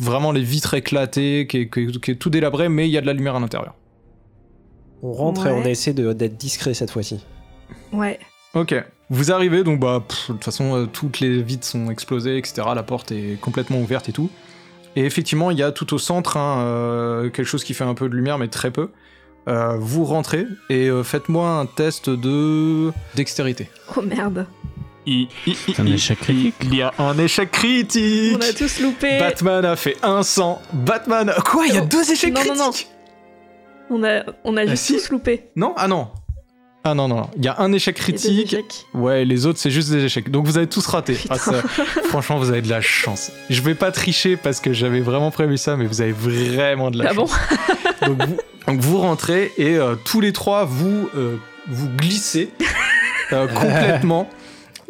Speaker 1: vraiment les vitres éclatées, qui est, qui est- qui est tout délabré, mais il y a de la lumière à l'intérieur.
Speaker 8: On rentre et
Speaker 4: Ouais.
Speaker 8: on essaie de- d'être discret cette fois-ci.
Speaker 4: Ouais.
Speaker 1: Ok. Vous arrivez, donc bah pff, de toute façon euh, toutes les vitres sont explosées, etc. La porte est complètement ouverte et tout. Et effectivement, il y a tout au centre hein, euh, quelque chose qui fait un peu de lumière, mais très peu. Euh, vous rentrez et euh, faites-moi un test de dextérité.
Speaker 4: Oh merde.
Speaker 6: C'est un échec critique.
Speaker 1: Il y a un échec critique.
Speaker 4: On a tous loupé.
Speaker 1: Batman a fait un sang. Batman. Quoi Il y a
Speaker 4: Oh.
Speaker 1: deux échecs
Speaker 4: Non, non,
Speaker 1: critiques
Speaker 4: non. On a, on a juste
Speaker 1: si.
Speaker 4: tous loupé.
Speaker 1: Non Ah non. Ah non non. non. Il y a un échec
Speaker 4: Il y a des
Speaker 1: critique
Speaker 4: échecs.
Speaker 1: Ouais, les autres, c'est juste des échecs. Donc vous avez tous raté.
Speaker 4: Putain.
Speaker 1: Ah, ça- franchement, vous avez de la chance. Je vais pas tricher parce que j'avais vraiment prévu ça, mais vous avez vraiment de la
Speaker 4: Ah bon
Speaker 1: chance. Donc, vous, donc vous rentrez et euh, tous les trois, vous, euh, vous glissez euh, complètement.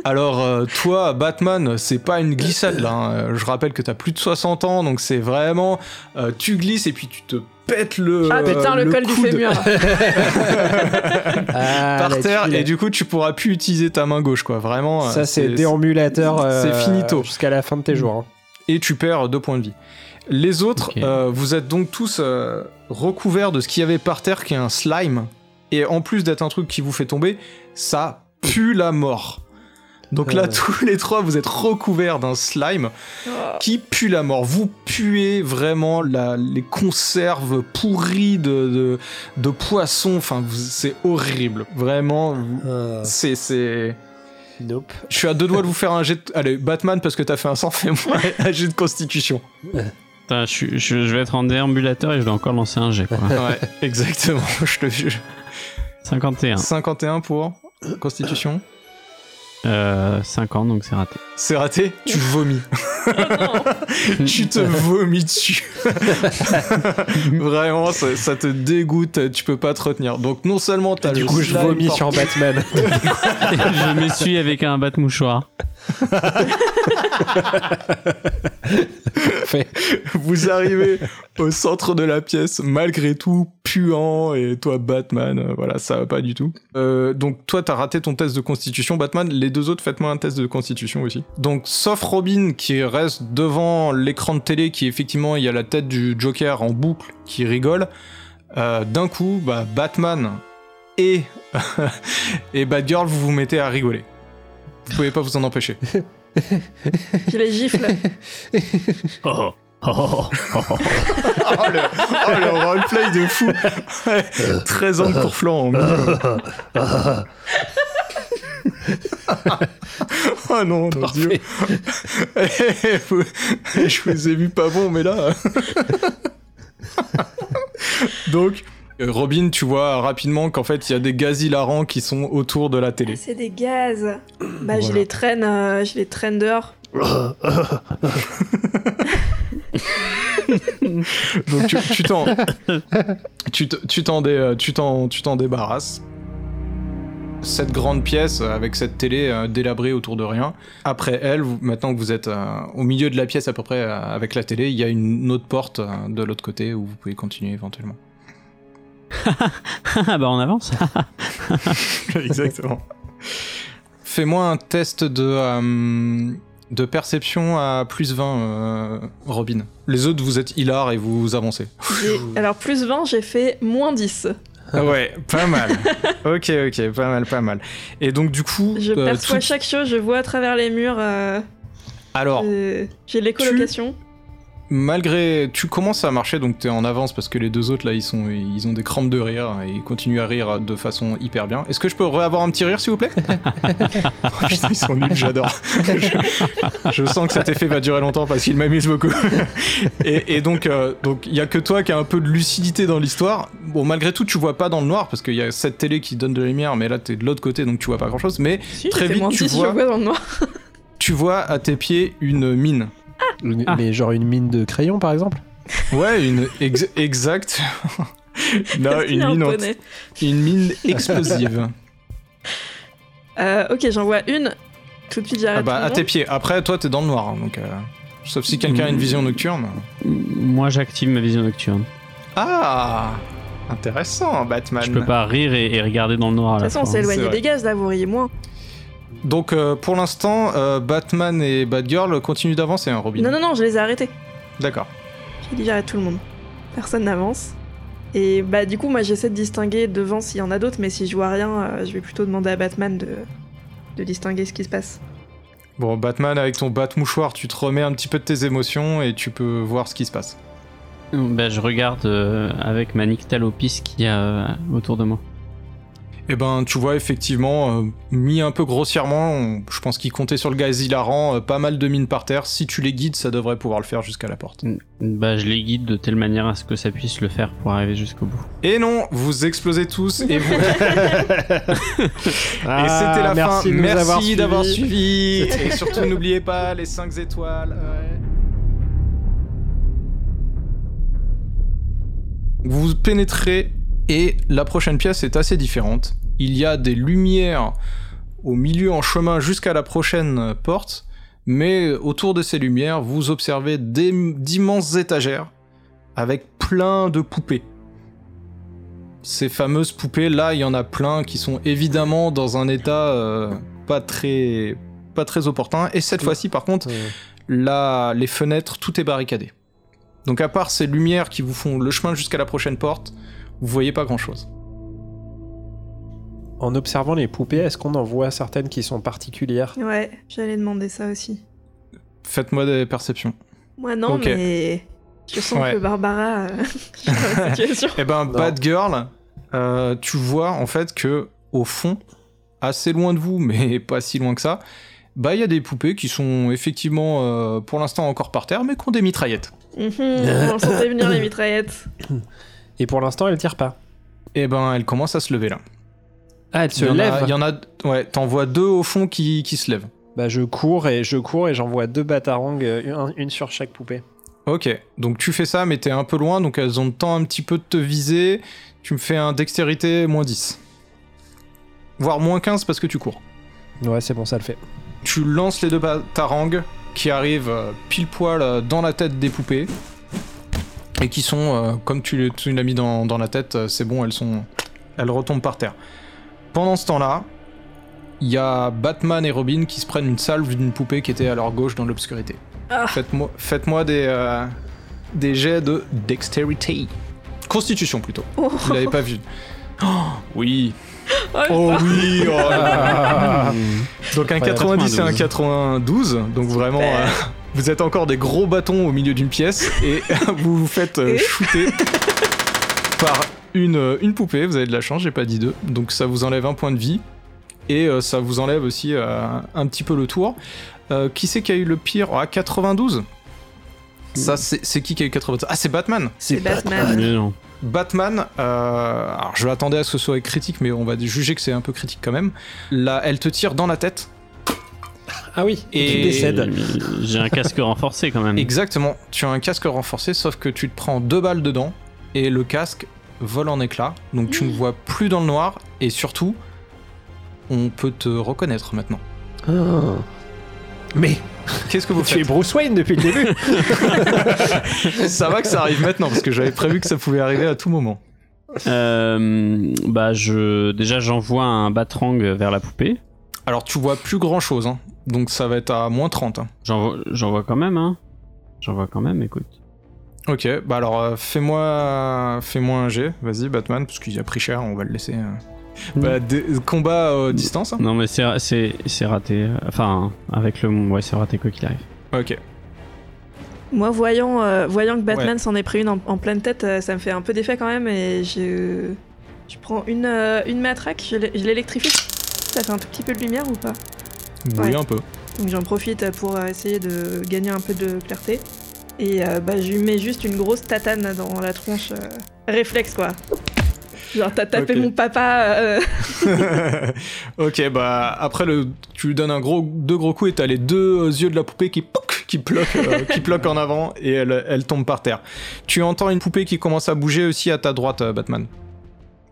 Speaker 1: Alors, euh, toi, Batman, c'est pas une glissade là. hein. Euh, Je rappelle que t'as plus de 60 ans, donc c'est vraiment. euh, tu glisses et puis tu te pètes le.
Speaker 4: Ah putain, le,
Speaker 1: euh, le
Speaker 4: col du
Speaker 1: coude
Speaker 4: fémur.
Speaker 8: Ah,
Speaker 1: par
Speaker 8: la
Speaker 1: terre
Speaker 8: tuile.
Speaker 1: et du coup tu pourras plus utiliser ta main gauche quoi vraiment euh,
Speaker 5: Ça, c'est déambulateur. euh,
Speaker 1: c'est finito.
Speaker 5: Jusqu'à la fin de tes jours. hein.
Speaker 1: et tu perds deux points de vie les autres
Speaker 6: Ok.
Speaker 1: euh, vous êtes donc tous euh, recouverts de ce qu'il y avait par terre qui est un slime et en plus d'être un truc qui vous fait tomber ça pue la mort donc là
Speaker 8: Euh.
Speaker 1: tous les trois vous êtes recouverts d'un slime
Speaker 4: Oh.
Speaker 1: qui pue la mort. Vous puez vraiment la- les conserves pourries de, de, de poissons. Enfin, vous- c'est horrible. Vraiment, vous-
Speaker 8: Euh,
Speaker 1: c'est... c'est...
Speaker 8: nope.
Speaker 1: Je suis à deux doigts de vous faire un jet. de- Allez, Batman, parce que t'as fait un sang, fais-moi un jet de constitution.
Speaker 6: Putain, je, suis- je- je vais être en déambulateur et je vais encore lancer un jet. quoi.
Speaker 1: Ouais, exactement, je te jure.
Speaker 5: Ah.
Speaker 6: 51.
Speaker 1: 51 pour constitution.
Speaker 6: Euh, 50, donc c'est raté.
Speaker 1: C'est raté, tu vomis. tu te vomis dessus. Vraiment, ça, ça te dégoûte, tu peux pas te retenir. Donc, non seulement t'as
Speaker 5: Et Du
Speaker 1: Ah, le
Speaker 5: coup, je
Speaker 1: slime
Speaker 5: vomis
Speaker 1: par-
Speaker 5: sur Batman.
Speaker 6: je m'essuie avec un batte-mouchoir.
Speaker 1: Vous arrivez au centre de la pièce, malgré tout, puant, et toi, Batman, euh, voilà, ça va pas du tout. Euh, donc, toi, t'as raté ton test de constitution, Batman. Les deux autres, faites-moi un test de constitution aussi. Donc, sauf Robin, qui reste devant l'écran de télé, qui effectivement, il y a la tête du Joker en boucle, qui rigole. Euh, D'un coup, bah, Batman et, et Batgirl, vous vous mettez à rigoler. Vous pouvez pas vous en empêcher.
Speaker 4: Je les gifle.
Speaker 6: Oh. Oh.
Speaker 1: Oh le, oh, le roleplay de fou 13 ans de courflan en minimum. Oh non, mon dieu Eh, Vous- Je vous ai vu pas bon, mais là... Donc, euh, Robin, tu vois rapidement qu'en fait, il y a des gaz hilarants qui sont autour de la télé.
Speaker 4: C'est des gaz. Bah, je
Speaker 1: Voilà.
Speaker 4: les traîne, euh, je les traîne dehors.
Speaker 1: Donc tu tu t'en... tu te- tu t'en dé- euh, tu t'en- tu t'en débarrasses. Cette grande pièce euh, avec cette télé euh, délabrée autour de rien. Après elle, vous- maintenant que vous êtes euh, au milieu de la pièce à peu près euh, avec la télé, il y a une autre porte euh, de l'autre côté où vous pouvez continuer éventuellement.
Speaker 6: Ah bah on avance.
Speaker 1: Exactement. Fais-moi un test de, euh, de perception à plus 20, euh, Robin. Les autres, vous êtes hilar et vous avancez.
Speaker 4: J'ai- Alors, plus 20, j'ai fait moins 10.
Speaker 1: Ouais, pas mal. ok, ok, pas mal, pas mal. Et donc du coup,
Speaker 4: Je
Speaker 1: euh,
Speaker 4: perçois
Speaker 1: tout- Oh.
Speaker 4: chaque chose, je vois à travers les murs. euh,
Speaker 1: alors
Speaker 4: euh, j'ai l'écolocation.
Speaker 1: malgré, tu commences à marcher, donc t'es en avance parce que les deux autres là, ils sont, ils ont des crampes de rire et ils continuent à rire de façon hyper bien. Est-ce que je peux avoir un petit rire s'il vous plaît Oh, Putain, ils sont nuls, j'adore. je, je sens que cet effet va durer longtemps parce qu'il m'amuse beaucoup. et, et donc, euh, donc il y a que toi qui a un peu de lucidité dans l'histoire. Bon, malgré tout, tu vois pas dans le noir parce qu'il y a cette télé qui donne de la lumière, mais là t'es de l'autre côté, donc tu vois pas grand chose. Mais
Speaker 4: Si,
Speaker 1: Très
Speaker 4: j'ai fait
Speaker 1: vite,
Speaker 4: moins
Speaker 1: tu
Speaker 4: 10,
Speaker 1: vois-
Speaker 4: je vois dans le noir.
Speaker 1: tu vois à tes pieds une mine.
Speaker 5: Une-
Speaker 6: Ah.
Speaker 5: Mais genre une mine de crayon, par exemple.
Speaker 1: Ouais, une ex- exact. Non,
Speaker 4: Il y a
Speaker 1: Ah, une
Speaker 4: un
Speaker 1: mine, en-
Speaker 4: poney. Ah,
Speaker 1: une mine explosive.
Speaker 4: Euh, ok, j'en vois une. Tout de suite, j'arrête.
Speaker 1: Ah bah,
Speaker 4: mon
Speaker 1: à
Speaker 4: nom.
Speaker 1: tes pieds. Après, toi, t'es dans le noir, hein, donc. euh, Sauf si quelqu'un a une
Speaker 6: Mm.
Speaker 1: vision nocturne.
Speaker 6: Moi, j'active ma vision nocturne.
Speaker 1: Ah Intéressant, Batman.
Speaker 6: Je peux pas rire et, et regarder dans le noir. à
Speaker 4: De
Speaker 6: la
Speaker 4: toute façon, on
Speaker 6: fois,
Speaker 4: s'est
Speaker 6: hein.
Speaker 1: C'est
Speaker 4: éloigné
Speaker 1: vrai.
Speaker 4: des gaz, là, vous riez moins.
Speaker 1: Donc, euh, pour l'instant, euh, Batman et Batgirl continuent d'avancer, hein, Robin
Speaker 4: Non, non, non, je les ai arrêtés.
Speaker 1: D'accord.
Speaker 4: J'ai dit j'arrête tout le monde. Personne n'avance. Et bah du coup moi j'essaie de distinguer devant s'il y en a d'autres, mais si je vois rien, euh, je vais plutôt demander à Batman de, de distinguer ce qui se passe.
Speaker 1: Bon, Batman, avec ton bat-mouchoir, tu te remets un petit peu de tes émotions et tu peux voir ce qui se passe.
Speaker 6: Bah, je regarde euh, avec ma nyctalopis qu'il y a euh, autour de moi.
Speaker 1: Eh ben, tu vois effectivement, euh, mis un peu grossièrement, on- je pense qu'il comptait sur le gaz hilarant, euh, pas mal de mines par terre. Si tu les guides, ça devrait pouvoir le faire jusqu'à la porte.
Speaker 6: Bah, je les guide de telle manière à ce que ça puisse le faire pour arriver jusqu'au bout.
Speaker 1: Et non, vous explosez tous et vous. et
Speaker 5: Ah,
Speaker 1: c'était la fin.
Speaker 5: merci de nous avoir
Speaker 1: Merci d'avoir
Speaker 5: suivis.
Speaker 1: suivi. Et surtout, n'oubliez pas les 5 étoiles. Vous pénétrez et la prochaine pièce est assez différente. Il y a des lumières au milieu en chemin jusqu'à la prochaine euh, porte, mais autour de ces lumières, vous observez des- d'immenses étagères avec plein de poupées. Ces fameuses poupées, là, il y en a plein qui sont évidemment dans un état euh, pas très pas très opportun. Et cette fois-ci, par contre,
Speaker 8: Ouais.
Speaker 1: là, les fenêtres, tout est barricadé. Donc à part ces lumières qui vous font le chemin jusqu'à la prochaine porte, vous voyez pas grand-chose.
Speaker 8: En observant les poupées, est-ce qu'on en voit certaines qui sont particulières
Speaker 4: Ouais, j'allais demander ça aussi.
Speaker 1: Faites-moi des perceptions.
Speaker 4: Moi non,
Speaker 1: Ok.
Speaker 4: mais je sens
Speaker 1: Ouais.
Speaker 4: que Barbara... euh, je suis dans la situation.
Speaker 1: Eh ben, Bad Girl, euh, tu vois en fait que au fond, assez loin de vous, mais pas si loin que ça, bah il y a des poupées qui sont effectivement euh, pour l'instant encore par terre, mais qui ont des mitraillettes.
Speaker 4: Mhm, on sentait venir les mitraillettes.
Speaker 8: Et pour l'instant, elles tirent pas.
Speaker 1: Eh ben, elles commencent à se lever là.
Speaker 8: Ah, elles se
Speaker 1: Il y en a-
Speaker 8: lèvent
Speaker 1: Il y en a, ouais, t'en vois deux au fond qui, qui se lèvent.
Speaker 8: Bah, je cours et je cours et j'envoie deux batarangs, euh, un- une sur chaque poupée.
Speaker 1: Ok, donc tu fais ça, mais t'es un peu loin, donc elles ont le temps un petit peu de te viser. Tu me fais un dextérité moins 10. Voire moins 15 parce que tu cours.
Speaker 8: Ouais, c'est bon, ça le fait.
Speaker 1: Tu lances les deux tarangues qui arrivent euh, pile poil euh, dans la tête des poupées et qui sont, euh, comme tu, l'as- tu l'as mis dans, dans la tête, euh, c'est bon, elles sont, elles retombent par terre. Pendant ce temps-là, il y a Batman et Robin qui se prennent une salve d'une poupée qui était à leur gauche dans l'obscurité.
Speaker 4: Ah.
Speaker 1: Faites-moi faites-moi des, euh, des jets de dextérité. Constitution plutôt.
Speaker 4: Oh.
Speaker 1: Vous l'avez pas vu. Oh, oui.
Speaker 4: Oh,
Speaker 1: oui. oh là là.
Speaker 6: Ah.
Speaker 1: Donc un
Speaker 8: Incroyable.
Speaker 1: 90 et un 92, donc vraiment euh, vous êtes encore des gros bâtons au milieu d'une pièce et vous vous faites euh,
Speaker 4: Et
Speaker 1: shooter par une, euh, une poupée, vous avez de la chance, j'ai pas dit deux, donc ça vous enlève un point de vie et euh, ça vous enlève aussi euh, un petit peu le tour. Euh, qui c'est qui a eu le pire Ah 92 Ça c'est c'est qui qui a eu 92 Ah c'est Batman
Speaker 4: C'est Batman.
Speaker 6: Mais non.
Speaker 1: Batman, euh, alors je l'attendais à ce que ce soit critique, mais on va juger que c'est un peu critique quand même. Là, elle te tire dans la tête.
Speaker 8: Ah oui, et tu
Speaker 1: Et-
Speaker 8: décèdes.
Speaker 6: Et J'ai un casque renforcé quand
Speaker 1: Mm.
Speaker 6: même.
Speaker 1: Exactement. Tu as un casque renforcé, sauf que tu te prends deux balles dedans et le casque vole en éclats. Donc tu ne vois plus dans le noir et surtout, on peut te reconnaître maintenant. Ah.
Speaker 8: Mais
Speaker 1: Qu'est-ce que vous
Speaker 8: tu es
Speaker 1: faites
Speaker 8: Bruce Wayne depuis le début.
Speaker 1: Ça va que ça arrive maintenant parce que j'avais prévu que ça pouvait arriver à tout moment.
Speaker 6: Euh, bah, je déjà j'envoie un batrang vers la poupée.
Speaker 1: Alors tu vois plus grand chose, hein. donc ça va être à moins 30. hein.
Speaker 6: J'envoie j'envoie quand même, hein. J'envoie quand même, écoute.
Speaker 1: Ok, bah alors euh, fais-moi fais-moi un G, vas-y Batman, parce qu'il a pris cher, on va le laisser. euh. Bah, dé- combat euh, distance. hein.
Speaker 6: Non mais c'est c'est c'est raté. Enfin avec le ouais c'est raté quoi qu'il arrive.
Speaker 1: Ok.
Speaker 4: Moi voyant, euh, voyant que Batman s'en est pris une en, en pleine tête, euh, ça me fait un peu d'effet quand même et je, je prends une, euh, une matraque, je l'é- je l'électrifie. Ça fait un tout petit peu de lumière ou pas
Speaker 1: Oui, un peu.
Speaker 4: Donc j'en profite pour euh, essayer de gagner un peu de clarté. Et euh, bah, je lui mets juste une grosse tatane dans la tronche. euh, réflexe quoi. Genre t'as tapé
Speaker 1: Ok.
Speaker 4: mon papa. euh,
Speaker 1: ok, bah après le, tu lui donnes un gros, deux gros coups et t'as les deux euh, yeux de la poupée qui pouc, qui bloque, qui ploquent en avant et elle, elle tombe par terre. Tu entends une poupée qui commence à bouger aussi à ta droite, euh, Batman.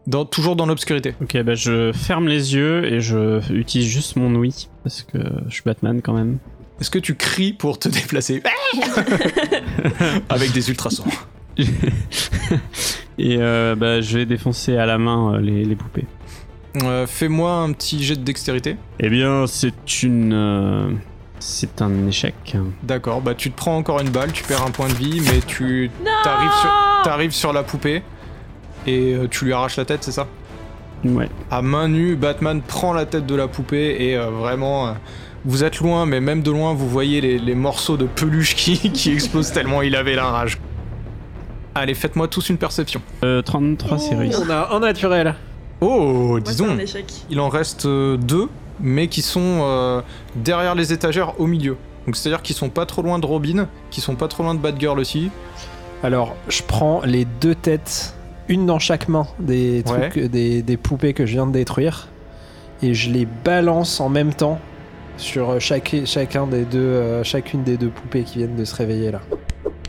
Speaker 1: dans, toujours dans l'obscurité.
Speaker 6: Ok, bah je ferme les yeux et je utilise juste mon ouïe parce que je suis Batman quand même.
Speaker 1: Est-ce que tu cries pour te déplacer Avec des ultrasons.
Speaker 6: et euh, bah, je vais défoncer à la main euh, les, les poupées.
Speaker 1: Euh, Fais-moi un petit jet de dextérité.
Speaker 6: Eh bien, c'est une. euh, c'est un échec.
Speaker 1: D'accord, bah tu te prends encore une balle, tu perds un point de vie, mais tu t'arrives sur,
Speaker 4: Ah
Speaker 1: t'arrives sur la poupée et euh, tu lui arraches la tête, c'est ça
Speaker 6: Ouais.
Speaker 1: À main nue, Batman prend la tête de la poupée et euh, vraiment, euh, vous êtes loin, mais même de loin, vous voyez les, les morceaux de peluche qui, qui explosent tellement il avait la rage. Allez, faites-moi tous une perception.
Speaker 6: Euh, 33 séries.
Speaker 8: On a un naturel.
Speaker 1: Oh,
Speaker 4: Moi, c'est
Speaker 1: disons,
Speaker 4: un échec.
Speaker 1: il en reste euh, deux, mais qui sont euh, derrière les étagères au milieu. Donc c'est-à-dire qu'ils sont pas trop loin de Robin, qui sont pas trop loin de Batgirl aussi.
Speaker 8: Alors, je prends les deux têtes, une dans chaque main des, trucs, des, des poupées que je viens de détruire, et je les balance en même temps sur euh, chaque, chacun des deux, euh, chacune des deux poupées qui viennent de se réveiller là.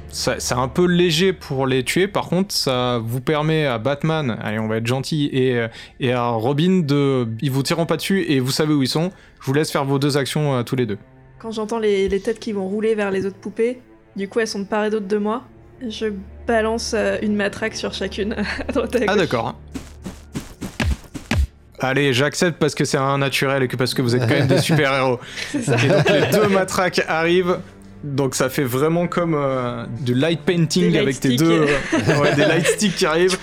Speaker 1: Ça- C'est un peu léger pour les tuer, par contre, ça vous permet à Batman, allez, on va être gentil, et, euh, et à Robin de. Ils vous tireront pas dessus et vous savez où ils sont. Je vous laisse faire vos deux actions euh, tous les deux.
Speaker 4: Quand j'entends les, les têtes qui vont rouler vers les autres poupées, du coup elles sont de part et d'autre de moi, je balance euh, une matraque sur chacune à droite à
Speaker 1: Ah,
Speaker 4: gauche.
Speaker 1: d'accord. Allez, j'accepte parce que c'est un naturel et que parce que vous êtes quand même des super-héros.
Speaker 4: C'est ça.
Speaker 1: Et donc les deux matraques arrivent. Donc ça fait vraiment comme euh, du light
Speaker 4: Des
Speaker 1: painting
Speaker 4: light
Speaker 1: avec tes
Speaker 4: sticks.
Speaker 1: deux euh, ouais, des light sticks qui arrivent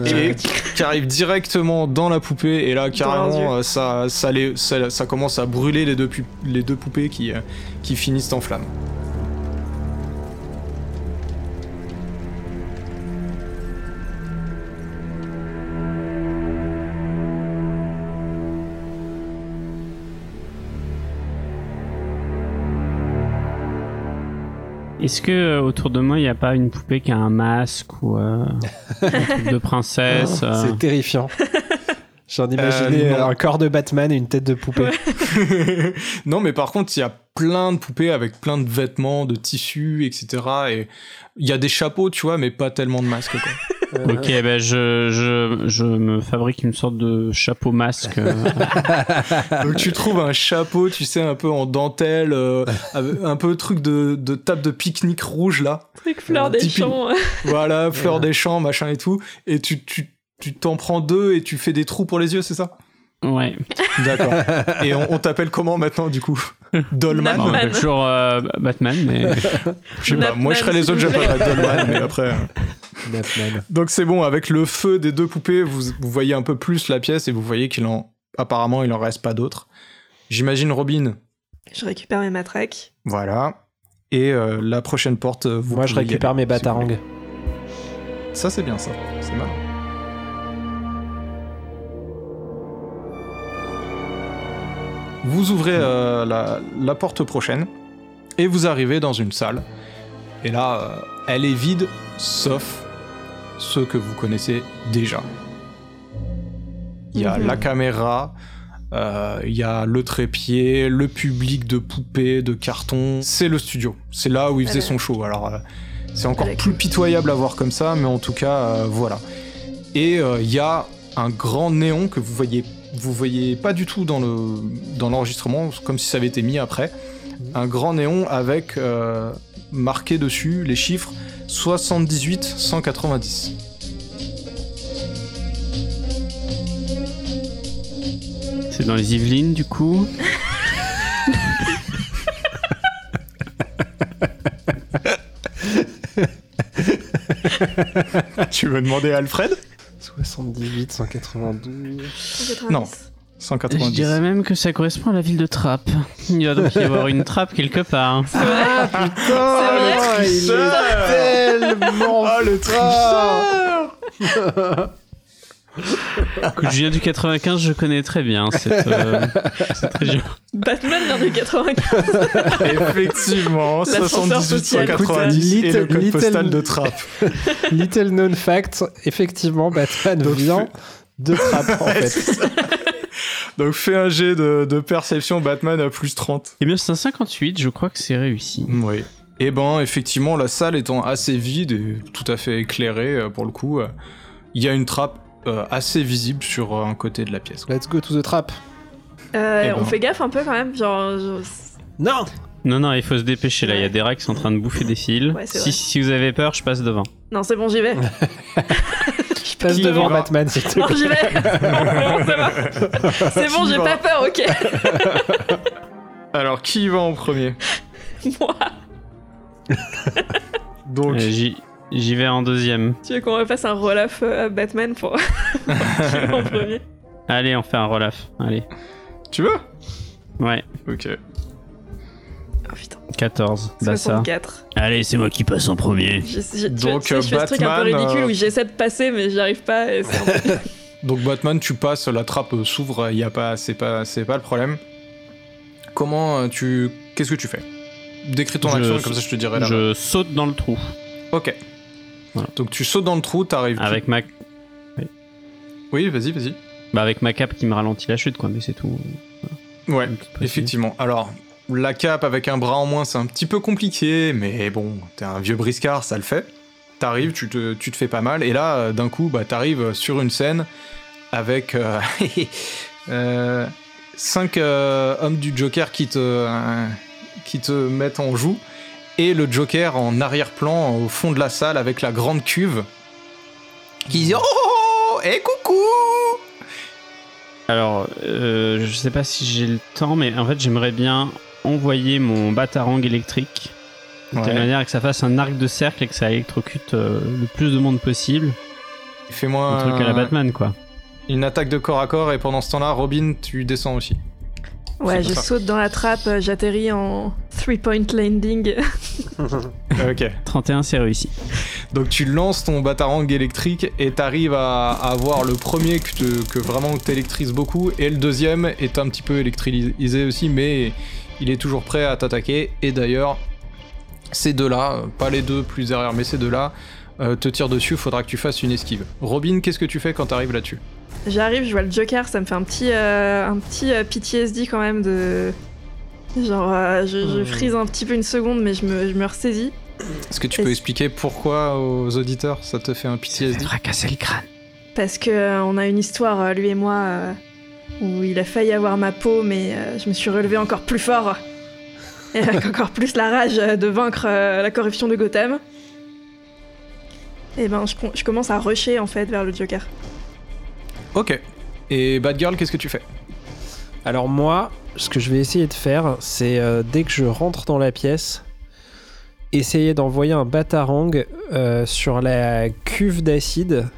Speaker 4: Ouais.
Speaker 1: et qui arrivent directement dans la poupée et là
Speaker 4: Dieu.
Speaker 1: carrément euh, ça ça, les- ça- ça commence à brûler les deux pu- les deux poupées qui euh, qui finissent en flammes.
Speaker 6: Est-ce que euh, autour de moi il n'y a pas une poupée qui a un masque ou euh, un truc de princesse euh,
Speaker 5: C'est terrifiant. J'en
Speaker 1: imaginais,
Speaker 5: imaginais
Speaker 1: euh,
Speaker 5: un corps de Batman et une tête de poupée.
Speaker 1: non, mais par contre, il y a plein de poupées avec plein de vêtements, de tissus, etc. Et il y a des chapeaux, tu vois, mais pas tellement de masques. quoi.
Speaker 8: Euh,
Speaker 6: Ok, bah, je, je, je me fabrique une sorte de chapeau masque. euh,
Speaker 1: Donc tu trouves un chapeau, tu sais, un peu en dentelle, euh, avec- un peu truc de, de table de pique-nique rouge là.
Speaker 4: Truc fleur des
Speaker 1: Typique.
Speaker 4: champs.
Speaker 1: Voilà, fleur des champs, machin et tout. Et tu tu tu t'en prends deux et tu fais des trous pour les yeux, c'est ça
Speaker 6: ouais.
Speaker 1: D'accord. Et on, on t'appelle comment maintenant du coup Dolman.
Speaker 6: Bon, on
Speaker 4: Batman.
Speaker 6: appelle toujours euh, Batman, mais
Speaker 1: Je sais pas, moi je serais les autres,
Speaker 4: Batman, s'il vous
Speaker 1: j'appellerais Dolman, mais après. euh.
Speaker 5: Batman.
Speaker 1: Donc c'est bon, avec le feu des deux poupées, vous, vous voyez un peu plus la pièce et vous voyez qu'il en. Apparemment, il en reste pas d'autres. J'imagine Robin.
Speaker 4: Je récupère mes matraques.
Speaker 1: Voilà. Et euh, la prochaine porte, euh, vous
Speaker 5: Moi, je
Speaker 1: pouvez y
Speaker 5: récupère
Speaker 1: aller,
Speaker 5: mes
Speaker 1: si vous voulez.
Speaker 5: batarangs.
Speaker 1: Ça, c'est bien ça. C'est mal. Vous ouvrez euh, la, la porte prochaine et vous arrivez dans une salle. Et là, euh, elle est vide, sauf ceux que vous connaissez déjà. Il y a
Speaker 4: Mhm.
Speaker 1: la caméra, euh, il y a le trépied, le public de poupées, de cartons. C'est le studio. C'est là où il faisait
Speaker 4: Ah ouais.
Speaker 1: son show. Alors, euh, c'est encore
Speaker 4: Avec-
Speaker 1: plus pitoyable à voir comme ça, mais en tout cas, euh, voilà. Et euh, il y a un grand néon que vous voyez, vous voyez pas du tout dans le dans l'enregistrement, comme si ça avait été mis après. Un grand néon avec euh, marqué dessus les chiffres 78 190.
Speaker 6: c'est dans les Yvelines du coup.
Speaker 1: Ah, tu veux demander à Alfred
Speaker 5: 78, 192.
Speaker 4: 90.
Speaker 1: Non.
Speaker 6: Je
Speaker 1: 190.
Speaker 6: dirais même que ça correspond à la ville de Trappe. Il va donc y avoir une trappe quelque part.
Speaker 1: Oh,
Speaker 4: vrai
Speaker 5: Tellement
Speaker 1: Ah le tricheur
Speaker 6: Écoute, je viens du 95, je connais très bien cette, euh, cette région.
Speaker 4: Batman vient du 95.
Speaker 1: Effectivement,
Speaker 4: L'ascenseur
Speaker 1: 78
Speaker 4: social.
Speaker 1: 190 et le
Speaker 5: Little-
Speaker 1: code
Speaker 5: little-
Speaker 1: postal de Trappe.
Speaker 5: Little known fact, effectivement, Batman
Speaker 1: Donc,
Speaker 5: vient de trappe en
Speaker 1: Ouais,
Speaker 5: fait.
Speaker 1: c'est ça. Donc fais un jet de, de perception Batman à plus 30.
Speaker 6: Eh bien, c'est un 58, je crois que c'est réussi.
Speaker 1: Oui. Et ben effectivement la salle étant assez vide et tout à fait éclairée euh, pour le coup, euh, il y a une trappe euh, assez visible sur euh, un côté de la pièce.
Speaker 8: Let's go to the trap.
Speaker 4: Euh,
Speaker 1: Eh ben.
Speaker 4: On fait gaffe un peu quand même, genre. genre-
Speaker 8: Non
Speaker 6: Non, non, il faut se dépêcher là. Il y a des rats qui sont en train de bouffer des cils.
Speaker 4: Ouais, c'est vrai.
Speaker 6: si, si vous avez peur, je passe devant.
Speaker 4: Non, c'est bon, j'y vais.
Speaker 8: Je passe
Speaker 1: Qui
Speaker 8: devant
Speaker 1: va
Speaker 8: Batman, s'il te
Speaker 4: Non,
Speaker 8: plaît.
Speaker 4: j'y vais. Ça va. c'est bon,
Speaker 1: Tu y
Speaker 4: j'ai
Speaker 1: vas.
Speaker 4: pas peur, ok.
Speaker 1: Alors, qui y va en premier
Speaker 4: Moi,
Speaker 1: Donc,
Speaker 6: Euh, J'y j'y vais en deuxième.
Speaker 4: tu veux qu'on refasse un roll off à Batman pour. en premier.
Speaker 6: Allez, on fait un relaf. Allez.
Speaker 1: tu veux
Speaker 6: Ouais,
Speaker 1: Ok.
Speaker 4: Oh putain,
Speaker 6: 14. Bah ça.
Speaker 4: 64.
Speaker 6: Allez, c'est moi qui passe en premier.
Speaker 4: J'ai- j'ai- tu vois,
Speaker 1: Donc,
Speaker 4: tu sais, je fais ce truc un peu
Speaker 1: Batman,
Speaker 4: ridicule
Speaker 1: euh,
Speaker 4: où j'essaie de passer mais j'y arrive pas. Et c'est un peu-
Speaker 1: Donc Batman, tu passes, la trappe euh, s'ouvre, il y a pas, c'est pas, c'est pas le problème. Comment euh, tu, qu'est-ce que tu fais Décris ton
Speaker 6: Je-
Speaker 1: action comme ça, je te dirai. Là
Speaker 6: Je saute dans le trou
Speaker 1: Ok.
Speaker 6: Voilà.
Speaker 1: Donc tu sautes dans le trou, t'arrives. tu-
Speaker 6: avec ma,
Speaker 1: Oui, vas-y, vas-y.
Speaker 6: bah, avec ma cape qui me ralentit la chute, quoi. Mais c'est tout.
Speaker 1: Ouais,
Speaker 6: Une petite précision.
Speaker 1: effectivement. Alors, la cape avec un bras en moins, c'est un petit peu compliqué, mais bon, t'es un vieux briscard, ça le fait. T'arrives, tu te, tu te fais pas mal, et là, euh, d'un coup, bah, t'arrives sur une scène avec euh, euh, cinq euh, hommes du Joker qui te, euh, qui te mettent en joue, et le Joker en arrière-plan au fond de la salle avec la grande cuve qui dit Oh, oh, oh et coucou
Speaker 6: Alors, euh, je sais pas si j'ai le temps, mais en fait, j'aimerais bien envoyer mon batarang électrique de telle
Speaker 1: Ouais.
Speaker 6: manière que ça fasse un arc de cercle et que ça électrocute euh, le plus de monde possible.
Speaker 1: Fais-moi
Speaker 6: Un truc à la
Speaker 1: un-
Speaker 6: Batman, quoi.
Speaker 1: Une attaque de corps à corps et pendant ce temps-là, Robin, tu descends aussi.
Speaker 4: Ouais,
Speaker 1: C'est
Speaker 4: je
Speaker 1: pas ça.
Speaker 4: saute dans la trappe, euh, j'atterris en three point landing.
Speaker 1: ok.
Speaker 6: 31, c'est réussi.
Speaker 1: Donc tu lances ton batarang électrique et t'arrives à, à avoir le premier que, te- que vraiment t'électrise beaucoup et le deuxième est un petit peu électrisé aussi, mais il est toujours prêt à t'attaquer. Et d'ailleurs, ces deux-là, euh, pas les deux plus derrière, mais ces deux-là, euh, te tirent dessus. Faudra que tu fasses une esquive. Robin, qu'est-ce que tu fais quand t'arrives là-dessus
Speaker 4: J'arrive, je vois le Joker, ça me fait un petit, euh, un petit euh, PTSD quand même de. Genre, euh, je,
Speaker 1: Hmm.
Speaker 4: je frise un petit peu une seconde, mais je me, je me ressaisis.
Speaker 1: Est-ce que tu peux
Speaker 4: Est-ce-
Speaker 1: expliquer pourquoi aux auditeurs ça te fait un PTSD
Speaker 6: Fracasser le crâne.
Speaker 4: Parce que euh, on a une histoire, euh, lui et moi, euh, où il a failli avoir ma peau, mais euh, je me suis relevée encore plus fort. Et avec encore plus la rage euh, de vaincre euh, la corruption de Gotham. Et ben, je, com- je commence à rusher en fait vers le Joker.
Speaker 1: Ok. Et Bad Girl, qu'est-ce que tu fais
Speaker 8: Alors moi, ce que je vais essayer de faire, c'est euh, dès que je rentre dans la pièce, essayer d'envoyer un batarang euh, sur la cuve d'acide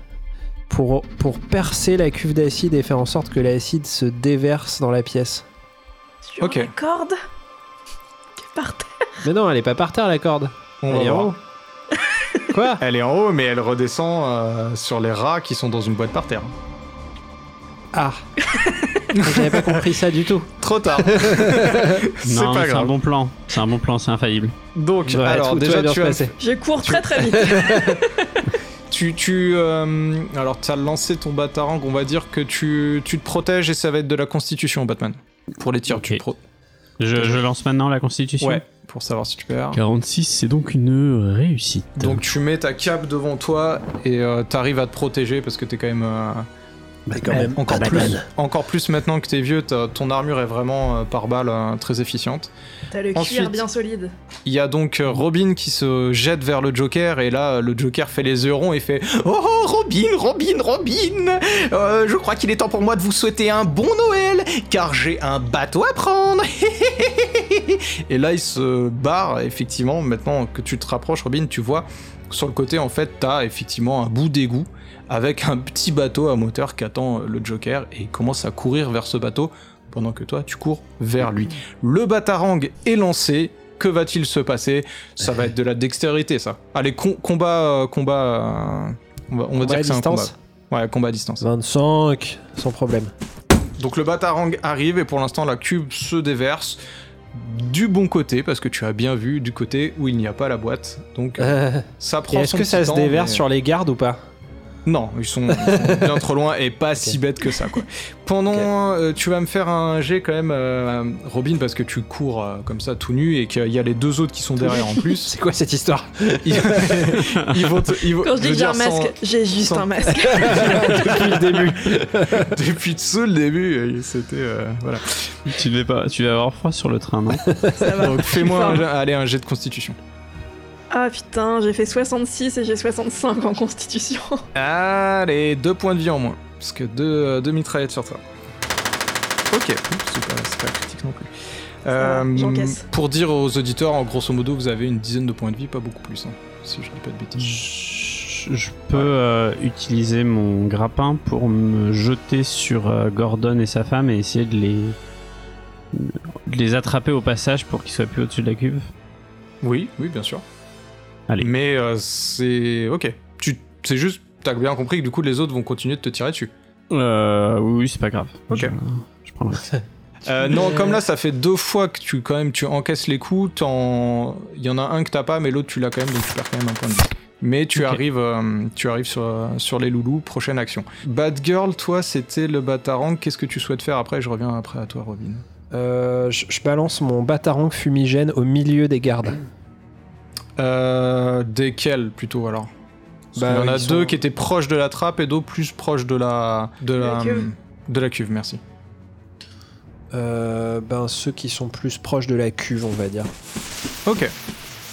Speaker 8: pour, pour percer la cuve d'acide et faire en sorte que l'acide se déverse dans la pièce.
Speaker 4: Sur
Speaker 1: Ok.
Speaker 4: la corde qui est par terre.
Speaker 8: Mais non, elle est pas par terre la corde.
Speaker 1: On
Speaker 8: elle
Speaker 1: va
Speaker 8: est
Speaker 1: voir.
Speaker 8: en haut. Quoi
Speaker 1: Elle est en haut, mais elle redescend euh, sur les rats qui sont dans une boîte par terre.
Speaker 8: Ah J'avais pas compris ça du tout.
Speaker 1: Trop tard. c'est
Speaker 6: Non,
Speaker 1: pas
Speaker 6: mais c'est un
Speaker 1: grave.
Speaker 6: bon plan. C'est un bon plan, c'est infaillible.
Speaker 1: Donc,
Speaker 8: Ouais,
Speaker 1: alors
Speaker 8: tout- tout va
Speaker 1: déjà,
Speaker 8: bien
Speaker 1: tu,
Speaker 8: se
Speaker 1: as-
Speaker 8: passer.
Speaker 4: Je cours très très vite.
Speaker 1: tu, tu, euh, alors t'as lancé ton batarang. On va dire que tu, tu te protèges et ça va être de la Constitution, Batman. Pour les tirs, tu
Speaker 6: Ok.
Speaker 1: te pro-
Speaker 6: Je, je lance maintenant la constitution.
Speaker 1: Ouais. Pour savoir si tu perds.
Speaker 6: 46, c'est donc une réussite.
Speaker 1: Donc tu mets ta cape devant toi et euh, t'arrives à te protéger parce que t'es quand même. euh, encore plus, encore plus maintenant que t'es vieux, t'as- ton armure est vraiment euh, par balle euh, très efficiente.
Speaker 4: T'as le
Speaker 1: Ensuite-
Speaker 4: cuir bien solide.
Speaker 1: Il y a donc euh, Robin qui se jette vers le Joker et là euh, le Joker fait les yeux ronds et fait Oh oh, Robin, Robin, Robin Euh, Je crois qu'il est temps pour moi de vous souhaiter un bon Noël car j'ai un bateau à prendre Et là il se barre effectivement maintenant que tu te rapproches Robin tu vois sur le côté en fait t'as effectivement un bout d'égout avec un petit bateau à moteur qu'attend euh, le Joker et il commence à courir vers ce bateau pendant que toi tu cours vers lui. Le batarang est lancé. Que va-t-il se passer Ça va être de la dextérité, ça. Allez, com- combat, euh, combat. euh, on va, on va
Speaker 8: Combat
Speaker 1: dire
Speaker 8: à
Speaker 1: que c'est un combat.
Speaker 8: distance
Speaker 1: Ouais, combat à distance.
Speaker 8: 25, sans problème.
Speaker 1: Donc le batarang arrive et pour l'instant la cube se déverse du bon côté parce que tu as bien vu du côté où il n'y a pas la boîte. Donc
Speaker 8: Euh,
Speaker 1: ça
Speaker 8: et
Speaker 1: prend.
Speaker 8: est-ce
Speaker 1: son
Speaker 8: que ça
Speaker 1: petit
Speaker 8: se
Speaker 1: temps,
Speaker 8: déverse
Speaker 1: mais-
Speaker 8: sur les gardes ou pas
Speaker 1: Non, ils sont, ils sont bien trop loin et pas si bêtes que ça, quoi. Pendant, euh, tu vas me faire un jet quand même, euh, Robin, parce que tu cours euh, comme ça tout nu et qu'il y a les deux autres qui sont derrière en plus.
Speaker 5: C'est quoi cette histoire
Speaker 1: Ils, ils vont, te- ils vont-
Speaker 4: Quand je dis
Speaker 1: veux
Speaker 4: que j'ai un
Speaker 1: dire, sans-
Speaker 4: masque, j'ai juste
Speaker 1: sans-
Speaker 4: un masque.
Speaker 5: depuis le début
Speaker 1: depuis tout le début, euh, c'était euh, voilà.
Speaker 6: Tu devais pas, tu devais avoir froid sur le train, non
Speaker 4: Ça va.
Speaker 1: Donc fais-moi, un
Speaker 4: Enfin.
Speaker 1: jet- allez, un jet de Constitution.
Speaker 4: Ah putain, j'ai fait 66 et j'ai 65 en constitution.
Speaker 1: Allez, deux points de vie en moins. Parce que deux, euh, deux mitraillettes sur toi. Ok, Oups, c'est pas, c'est pas critique non plus. Euh,
Speaker 4: va, j'encaisse.
Speaker 1: pour dire aux auditeurs, en grosso modo, vous avez une dizaine de points de vie, pas beaucoup plus, hein, si je dis pas de bêtises.
Speaker 6: Je je peux euh, utiliser mon grappin pour me jeter sur euh, Gordon et sa femme et essayer de les de les attraper au passage pour qu'ils soient plus au-dessus de la cuve.
Speaker 1: Oui, oui, bien sûr.
Speaker 6: Allez.
Speaker 1: Mais euh, c'est. Ok. Tu... C'est juste, t'as bien compris que du coup, les autres vont continuer de te tirer dessus.
Speaker 6: Euh, oui, oui, c'est pas grave.
Speaker 1: Ok.
Speaker 6: Je, je prends le risque.
Speaker 1: Euh, non, comme là, ça fait deux fois que tu, quand même, tu encaisses les coups. t'en- Il y en a un que t'as pas, mais l'autre, tu l'as quand même, donc tu perds quand même un point de vie. Mais tu
Speaker 6: Ok.
Speaker 1: arrives, euh, tu arrives sur, sur les loulous, prochaine action. Bad Girl, toi, c'était le Batarang. Qu'est-ce que tu souhaites faire après Je reviens après à toi, Robin.
Speaker 8: Euh, je, je balance mon batarang fumigène au milieu des gardes.
Speaker 1: Euh, desquels, plutôt, alors Parce
Speaker 8: Bah,
Speaker 1: qu'il y en a
Speaker 8: ils sont-
Speaker 1: deux qui étaient proches de la trappe et d'autres plus proches de la... De
Speaker 4: la
Speaker 1: la,
Speaker 4: cuve.
Speaker 1: de la cuve, merci.
Speaker 8: Euh, ben ceux qui sont plus proches de la cuve, on va dire.
Speaker 1: Ok.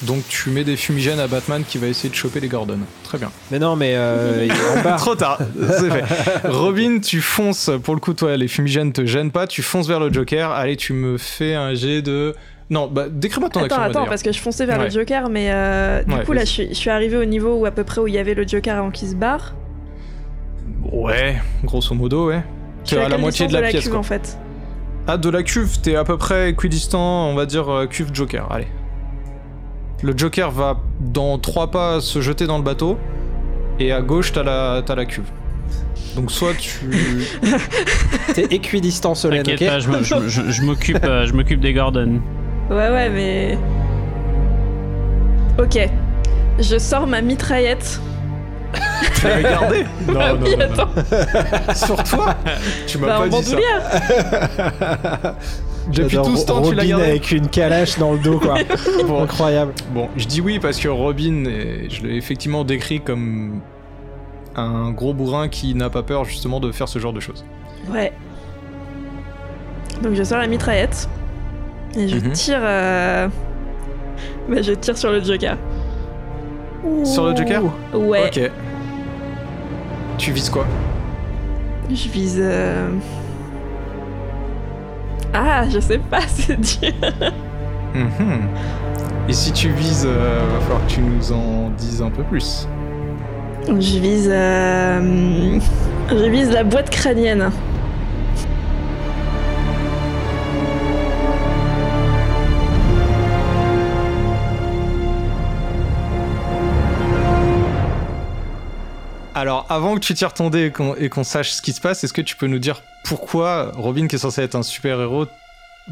Speaker 1: Donc tu mets des fumigènes à Batman qui va essayer de choper les Gordon. Très bien.
Speaker 8: Mais non, mais euh, il est en bas.
Speaker 1: Trop tard, c'est fait. Robin, tu fonces, pour le coup, toi, les fumigènes te gênent pas, tu fonces vers le Joker. Allez, tu me fais un jet de. Non, bah, décris-moi ton
Speaker 4: Attends,
Speaker 1: action.
Speaker 4: attends,
Speaker 1: moi,
Speaker 4: parce que je fonçais vers
Speaker 1: Ouais.
Speaker 4: le Joker, mais euh, du
Speaker 1: Ouais,
Speaker 4: coup là,
Speaker 1: vas-y.
Speaker 4: je suis, je suis arrivée au niveau où à peu près où il y avait le Joker avant qu'il se barre.
Speaker 1: d'ailleurs. Ouais, grosso modo, ouais.
Speaker 4: Je
Speaker 1: T'es
Speaker 4: suis
Speaker 1: à la
Speaker 4: quelle
Speaker 1: moitié de
Speaker 4: distance
Speaker 1: la pièce,
Speaker 4: cuve
Speaker 1: quoi.
Speaker 4: en fait.
Speaker 1: Ah, de la cuve, t'es à peu près équidistant, on va dire, euh, cuve Joker. Allez. Le Joker va, dans trois pas, se jeter dans le bateau. Et à gauche, t'as la, t'as la cuve. Donc, soit tu.
Speaker 8: T'es équidistant, Solène,
Speaker 6: T'inquiète
Speaker 8: ok
Speaker 6: pas, je me- je me- je- je m'occupe, euh, je m'occupe des Gordon.
Speaker 4: Ouais, ouais, mais. Ok. Je sors ma mitraillette.
Speaker 1: tu l'avais gardé
Speaker 4: Ah oui, attends,
Speaker 1: Sur toi Tu m'as
Speaker 4: bah, en
Speaker 1: Bah, pas dit ça.
Speaker 4: bandoulière.
Speaker 1: Depuis
Speaker 8: J'adore
Speaker 1: tout ce temps,
Speaker 8: Robin
Speaker 1: tu l'as gardé.
Speaker 8: avec une calache dans le dos, quoi.
Speaker 1: Bon,
Speaker 8: Incroyable.
Speaker 1: Bon, je dis oui parce que Robin, euh, je l'ai effectivement décrit comme un gros bourrin qui n'a pas peur justement de faire ce genre de choses.
Speaker 4: Ouais. Donc je sors la mitraillette. Et je
Speaker 1: Mhm.
Speaker 4: tire. euh, Bah, je tire sur le Joker.
Speaker 1: Sur le Joker
Speaker 4: Ouais.
Speaker 1: Ok. Tu vises quoi
Speaker 4: Je vise. euh, Ah, je sais pas, c'est dur.
Speaker 1: Mhm. Et si tu vises, euh, va falloir que tu nous en dises un peu plus.
Speaker 4: Je vise. euh, Je vise la boîte crânienne.
Speaker 1: Alors, avant que tu tires ton dé et qu'on et qu'on sache ce qui se passe, est-ce que tu peux nous dire pourquoi Robin, qui est censé être un super héros,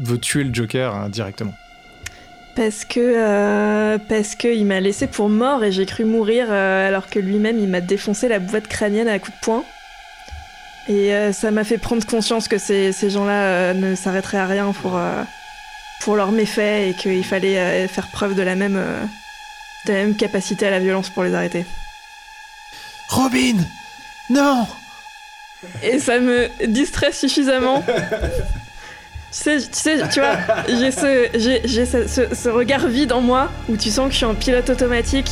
Speaker 1: veut tuer le Joker hein, directement
Speaker 4: Parce que. euh, Parce qu'il m'a laissé pour mort et j'ai cru mourir euh, alors que lui-même il m'a défoncé la boîte crânienne à coups de poing. Et euh, ça m'a fait prendre conscience que ces, ces gens-là euh, ne s'arrêteraient à rien pour, euh, pour leurs méfaits et qu'il fallait euh, faire preuve de la même. euh, de la même capacité à la violence pour les arrêter.
Speaker 8: Robin Non
Speaker 4: Et ça me distrait suffisamment. tu, sais, tu sais, tu vois, j'ai ce, j'ai, j'ai ce, ce- ce regard vide en moi où tu sens que je suis en pilote automatique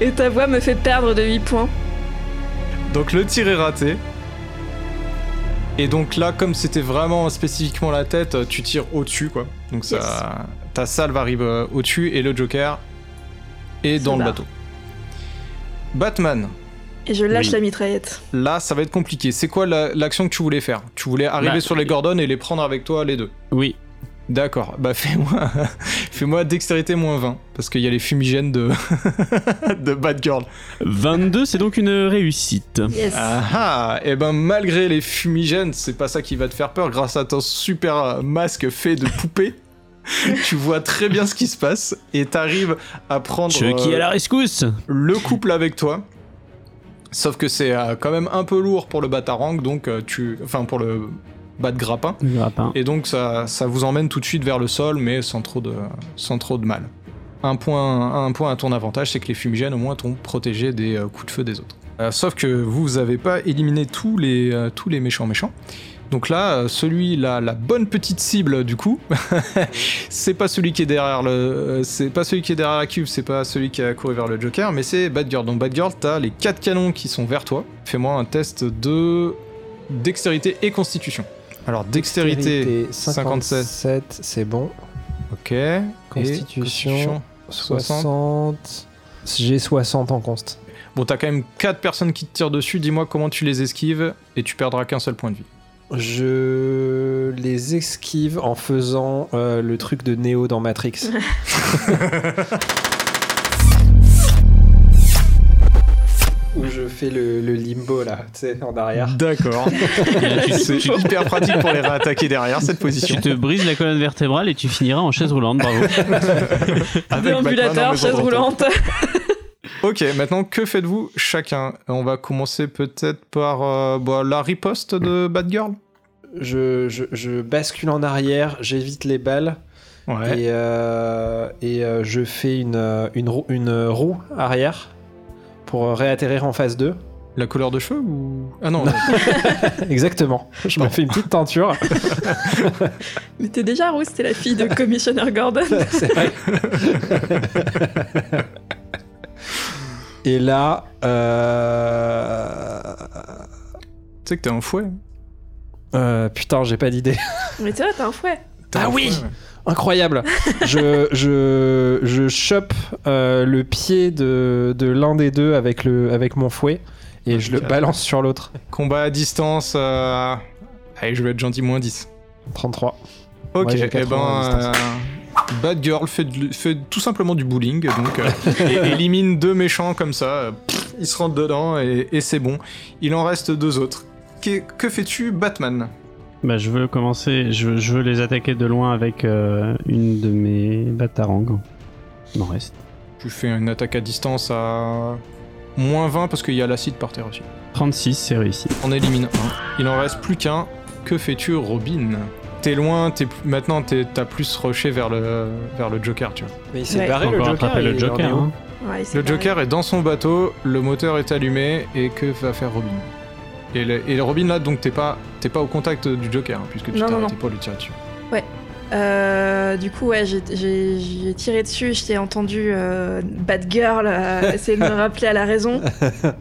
Speaker 4: et ta voix me fait perdre de 8 points.
Speaker 1: Donc le tir est raté. Et donc là, comme c'était vraiment spécifiquement la tête, euh, tu tires au-dessus, quoi. Donc ça, ta salve arrive euh, au-dessus et le Joker est
Speaker 4: Se
Speaker 1: dans le
Speaker 4: barre.
Speaker 1: bateau. Batman,
Speaker 4: Et je lâche
Speaker 6: Oui.
Speaker 4: la mitraillette.
Speaker 1: là, ça va être compliqué. C'est quoi la- l'action que tu voulais faire Tu voulais arriver
Speaker 6: Bah,
Speaker 1: sur les Gordon et les prendre avec toi, les deux.
Speaker 6: Oui.
Speaker 1: D'accord, bah fais-moi fais-moi dextérité moins 20, parce qu'il y a les fumigènes de, de Batgirl.
Speaker 6: 22, c'est donc une réussite.
Speaker 4: Yes.
Speaker 1: Ah ah Et ben malgré les fumigènes, c'est pas ça qui va te faire peur. Grâce à ton super euh, masque fait de poupée, tu vois très bien ce qui se passe et t'arrives à prendre
Speaker 6: Chucky
Speaker 1: euh,
Speaker 6: à la rescousse
Speaker 1: le couple avec toi. Sauf que c'est euh, quand même un peu lourd pour le batarang, donc euh, tu. Enfin, pour le bas de grappin.
Speaker 6: Le grappin.
Speaker 1: Et donc ça, ça vous emmène tout de suite vers le sol, mais sans trop de, sans trop de mal. Un point, un point à ton avantage, c'est que les fumigènes au moins t'ont protégé des euh, coups de feu des autres. Euh, sauf que vous avez pas éliminé tous les, euh, tous les méchants méchants. Donc là, euh, celui là, la bonne petite cible du coup, c'est pas celui qui est derrière le, euh, c'est pas celui qui est derrière la cube, c'est pas celui qui a couru vers le Joker, mais c'est Bad Girl. Donc Bad Girl, t'as les quatre canons qui sont vers toi. Fais-moi un test de dextérité et constitution. Alors dextérité,
Speaker 5: Vérité,
Speaker 1: 57,
Speaker 5: c'est bon.
Speaker 1: ok.
Speaker 5: Constitution,
Speaker 1: Et 60.
Speaker 5: 60. J'ai 60 en const.
Speaker 1: Bon, t'as quand même 4 personnes qui te tirent dessus. Dis-moi comment tu les esquives et tu perdras qu'un seul point de vie.
Speaker 5: Je les esquive en faisant euh, le truc de Neo dans Matrix. Où je fais le, le limbo là, tu sais, en
Speaker 1: Ah.
Speaker 5: arrière.
Speaker 1: D'accord. c'est hyper pratique pour les réattaquer derrière cette position.
Speaker 6: Tu te brises la colonne vertébrale et tu finiras en chaise roulante, bravo.
Speaker 1: Avec Batman en
Speaker 4: Déambulateur,
Speaker 1: maison
Speaker 4: chaise
Speaker 1: hantée.
Speaker 4: roulante.
Speaker 1: Ok, maintenant que faites-vous chacun On va commencer peut-être par euh, bah, la riposte de Batgirl.
Speaker 5: Je, je- je bascule en arrière, j'évite les balles
Speaker 1: Ouais.
Speaker 5: et, euh, et, euh, je fais une, euh, une, roue, une, euh, roue arrière pour euh, réatterrir en phase 2.
Speaker 1: La couleur de cheveux ou Ah non. non.
Speaker 5: Exactement. Je me fais une petite teinture.
Speaker 4: Mais t'es déjà rousse, t'es la fille de Commissioner Gordon.
Speaker 5: C'est vrai. Et là, euh...
Speaker 1: tu sais que t'es un fouet. hein.
Speaker 5: euh, putain, j'ai pas d'idée.
Speaker 4: Mais tu vois, t'as un fouet.
Speaker 1: T'es
Speaker 5: Ah
Speaker 1: un
Speaker 5: oui
Speaker 1: fouet, ouais.
Speaker 5: Incroyable. Je, je, je chope euh, le pied de, de l'un des deux avec, le, avec mon fouet et je le
Speaker 1: Ok.
Speaker 5: balance sur l'autre.
Speaker 1: Combat à distance. euh, Allez, je vais être gentil, moins 10.
Speaker 5: 33.
Speaker 1: Ok,
Speaker 5: Moi, j'ai
Speaker 1: eh ben,
Speaker 5: 80 à distance.
Speaker 1: euh, Bad Girl fait, du- fait tout simplement du bowling, donc euh, et élimine deux méchants comme ça, euh, pff, ils se rentrent dedans et, et c'est bon. Il en reste deux autres. Que, que fais-tu, Batman
Speaker 6: bah, je veux commencer, je, veux- je veux les attaquer de loin avec euh, une de mes batarangs. Il m'en reste.
Speaker 1: Tu fais une attaque à distance à moins 20 parce qu'il y a l'acide par terre aussi.
Speaker 6: 36, c'est réussi.
Speaker 1: On élimine un. Il en reste plus qu'un. Que fais-tu, Robin T'es loin, t'es plus- maintenant t'es- t'as plus rushé vers le, vers le Joker, tu vois.
Speaker 5: Mais il
Speaker 4: s'est
Speaker 5: s'est
Speaker 4: Ouais.
Speaker 5: barré
Speaker 6: Faut
Speaker 5: le
Speaker 6: encore
Speaker 5: Joker.
Speaker 6: attraper le Joker. hein.
Speaker 4: Ouais, il s'est
Speaker 1: Le
Speaker 4: barré.
Speaker 1: Joker est dans son bateau, le moteur est allumé, et que va faire Robin et, le, et le Robin là, donc t'es pas, t'es pas au contact du Joker, hein, puisque tu t'es
Speaker 4: Non, non,
Speaker 1: arrêté
Speaker 4: non.
Speaker 1: pour lui tirer dessus.
Speaker 4: Euh, du coup, ouais, j'ai- j'ai j'ai tiré dessus, je t'ai entendu euh, Bad Girl euh, essayer de me rappeler à la raison.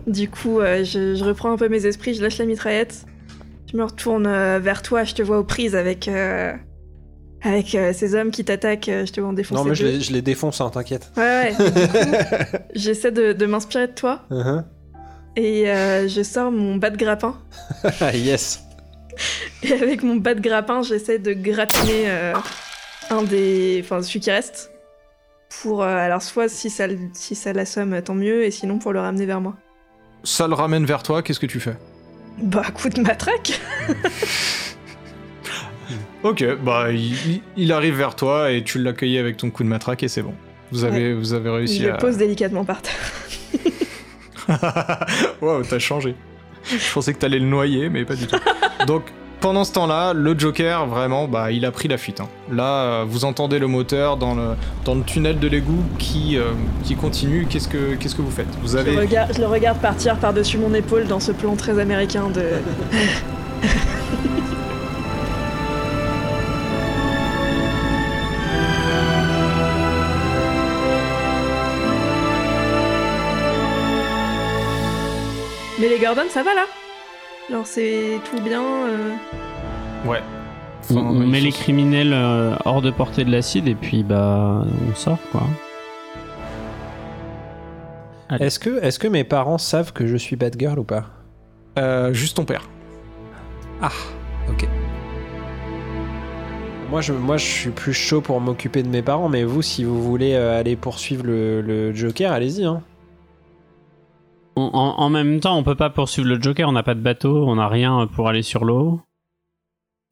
Speaker 4: Du coup, euh, je, je reprends un peu mes esprits, je lâche la mitraillette. Je me retourne euh, vers toi, je te vois aux prises avec, euh, avec euh, ces hommes qui t'attaquent, euh, je te vois en défoncer.
Speaker 5: Non, mais je
Speaker 4: deux.
Speaker 5: les, je les défonce, hein, t'inquiète.
Speaker 4: Ouais, ouais. Du coup, J'essaie de, de m'inspirer de toi
Speaker 5: Uh-huh.
Speaker 4: et euh, je sors mon bas de grappin.
Speaker 5: Ah, yes.
Speaker 4: Et avec mon bas de grappin, j'essaie de grappiner euh, un des. Enfin, celui qui reste. Pour. euh, alors, soit si ça, le- si ça l'assomme, tant mieux, et sinon pour le ramener vers moi.
Speaker 1: Ça le ramène vers toi, qu'est-ce que tu fais
Speaker 4: Bah, coup de matraque
Speaker 1: Ok, bah il, il- il arrive vers toi et tu l'accueillis avec ton coup de matraque et c'est bon. Vous avez, vous avez réussi
Speaker 4: Je
Speaker 1: à.
Speaker 4: le pose délicatement par terre.
Speaker 1: Waouh, t'as changé. Je pensais que t'allais le noyer, mais pas du tout. Donc, pendant ce temps-là, le Joker, vraiment, bah, il a pris la fuite. hein. Là, euh, vous entendez le moteur dans le, dans le tunnel de l'égout qui, euh, qui continue. Qu'est-ce que, qu'est-ce que vous faites Vous
Speaker 4: Je,
Speaker 1: avez.
Speaker 4: regarde- je le regarde partir par-dessus mon épaule dans ce plan très américain de. Mais les Gordon, ça va là Alors c'est tout bien. euh,
Speaker 1: Ouais.
Speaker 6: On,
Speaker 1: Enfin,
Speaker 6: on
Speaker 1: ils
Speaker 6: met
Speaker 1: sont-
Speaker 6: les criminels euh, hors de portée de l'acide et puis bah on sort quoi. Allez.
Speaker 5: Est-ce que, est que mes parents savent que je suis bad girl ou pas
Speaker 1: Euh, juste ton père.
Speaker 5: Ah, ok. Moi je, moi, je suis plus chaud pour m'occuper de mes parents, mais vous, si vous voulez euh, aller poursuivre le, le Joker, allez-y. Hein.
Speaker 6: On- en, en même temps, on peut pas poursuivre le Joker, on n'a pas de bateau, on n'a rien pour aller sur l'eau.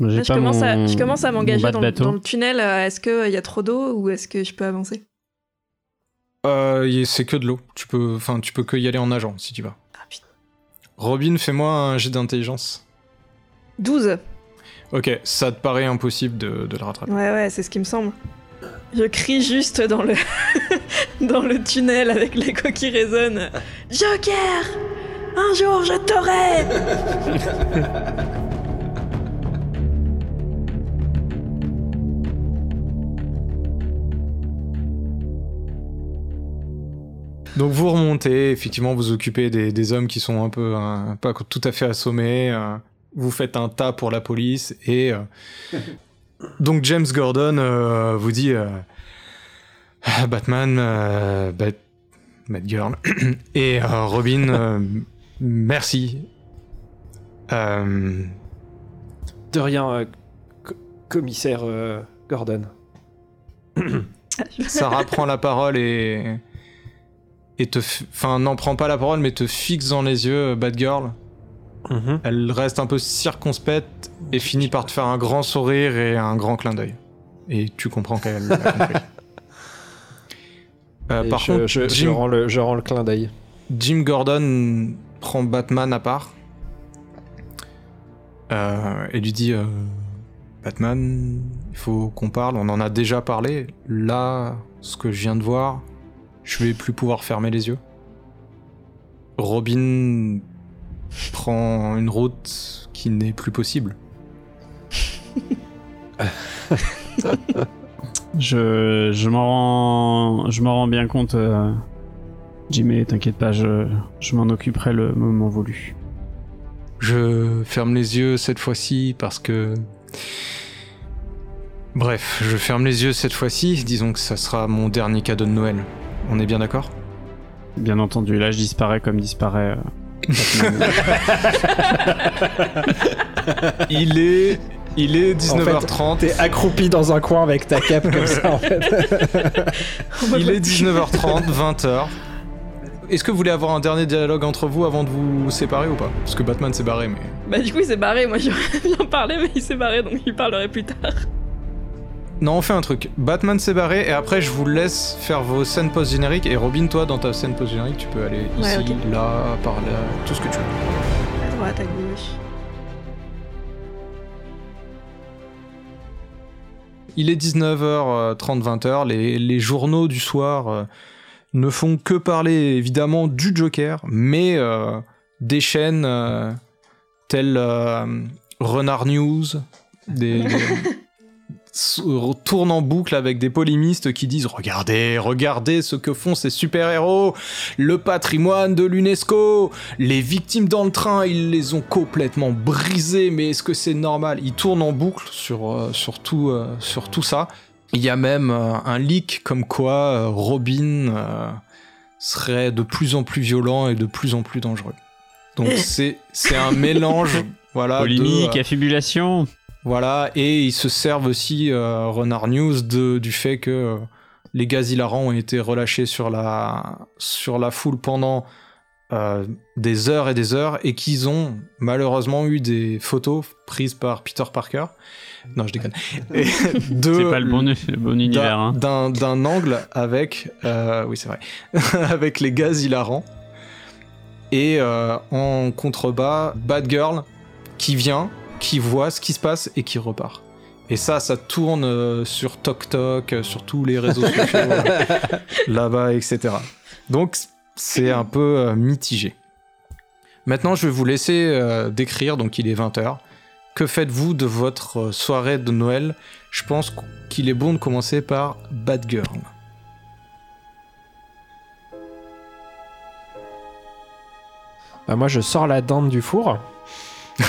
Speaker 6: J'ai
Speaker 4: là, je,
Speaker 6: pas
Speaker 4: commence à,
Speaker 6: mon-
Speaker 4: je commence à m'engager
Speaker 6: mon bas de
Speaker 4: dans, le-
Speaker 6: bateau.
Speaker 4: dans le tunnel. euh, Est-ce qu'il y a trop d'eau ou est-ce que je peux avancer
Speaker 1: Euh, y- c'est que de l'eau. Tu peux, enfin, tu peux que y aller en nageant si tu vas.
Speaker 4: Ah putain.
Speaker 1: Robin, fais-moi un jet d'intelligence.
Speaker 4: 12.
Speaker 1: Ok, ça te paraît impossible de, de le rattraper.
Speaker 4: Ouais, ouais, c'est ce qui me semble. Je crie juste dans le, dans le tunnel avec l'écho qui résonne. Joker Un jour, je t'aurai
Speaker 1: Donc vous remontez, effectivement, vous occupez des, des hommes qui sont un peu hein, pas tout à fait assommés. euh, vous faites un tas pour la police et euh, donc James Gordon euh, vous dit euh, Ah, Batman, euh, Bat- Batgirl et euh, Robin, euh, merci. Euh,
Speaker 8: De rien, euh, co- commissaire euh, Gordon.
Speaker 1: Sarah prend la parole et et te, f- enfin n'en prend pas la parole mais te fixe dans les yeux, euh, Batgirl.
Speaker 5: Mhm.
Speaker 1: Elle reste un peu circonspecte et finit par te faire un grand sourire et un grand clin d'œil. Et tu comprends qu'elle a compris. Euh,
Speaker 8: Et
Speaker 1: par
Speaker 8: je,
Speaker 1: contre,
Speaker 8: je- je
Speaker 1: Jim,
Speaker 8: rends le, je rends le clin d'œil.
Speaker 1: Jim Gordon prend Batman à part euh, et lui dit euh, Batman, il faut qu'on parle, on en a déjà parlé. Là, ce que je viens de voir, je vais plus pouvoir fermer les yeux. Robin prend une route qui n'est plus possible.
Speaker 6: Je, je m'en rends, je m'en rends bien compte, euh, Jimmy, t'inquiète pas, je, je m'en occuperai le moment voulu.
Speaker 1: Je ferme les yeux cette fois-ci parce que. Bref, je ferme les yeux cette fois-ci. Disons que ça sera mon dernier cadeau de Noël. On est bien d'accord
Speaker 6: Bien entendu, là je disparais comme disparaît. euh, Batman.
Speaker 1: Il est. Il est 19h30.
Speaker 8: T'es accroupi dans un coin avec ta cape comme ça en fait.
Speaker 1: il est 19h30, 20h. Est-ce que vous voulez avoir un dernier dialogue entre vous avant de vous séparer ou pas Parce que Batman s'est barré, mais.
Speaker 4: Bah du coup il s'est barré, moi j'aurais bien parlé mais il s'est barré donc il parlerait plus tard.
Speaker 1: Non, on fait un truc. Batman s'est barré et après je vous laisse faire vos scènes post-génériques. Et Robin, toi, dans ta scène post-générique, tu peux aller ici,
Speaker 4: Ouais,
Speaker 1: là, par là, tout ce que tu veux.
Speaker 4: À droite, à gauche.
Speaker 1: Il est 19h30, 20h. Les, les journaux du soir euh, ne font que parler évidemment du Joker, mais euh, des chaînes euh, telles euh, Renard News, des. s- euh, tournent en boucle avec des polémistes qui disent regardez regardez ce que font ces super héros le patrimoine de l'UNESCO les victimes dans le train ils les ont complètement brisées mais est-ce que c'est normal ils tournent en boucle sur euh, sur tout euh, sur tout ça il y a même euh, un leak comme quoi euh, Robin euh, serait de plus en plus violent et de plus en plus dangereux donc c'est c'est un mélange voilà de,
Speaker 6: Polémique,
Speaker 1: euh,
Speaker 6: affibulation.
Speaker 1: voilà, et ils se servent aussi, euh, Renard News, de- du fait que euh, les gaz hilarants ont été relâchés sur la, sur la foule pendant euh, des heures et des heures, et qu'ils ont malheureusement eu des photos prises par Peter Parker. Non, je déconne. Et de-
Speaker 6: C'est pas le bon, le bon univers.
Speaker 1: euh, d'un d'un-
Speaker 6: Hein.
Speaker 1: d'un angle avec euh, oui c'est vrai avec les gaz hilarants et euh, en contrebas Batgirl qui vient qui voit ce qui se passe et qui repart et ça ça tourne euh, sur TokTok euh, sur tous les réseaux sociaux euh, là-bas etc donc c'est un peu euh, mitigé maintenant je vais vous laisser euh, décrire donc il est 20h que faites-vous de votre euh, soirée de Noël je pense qu'il est bon de commencer par Bad Girl.
Speaker 8: Bah, moi je sors la dinde du four.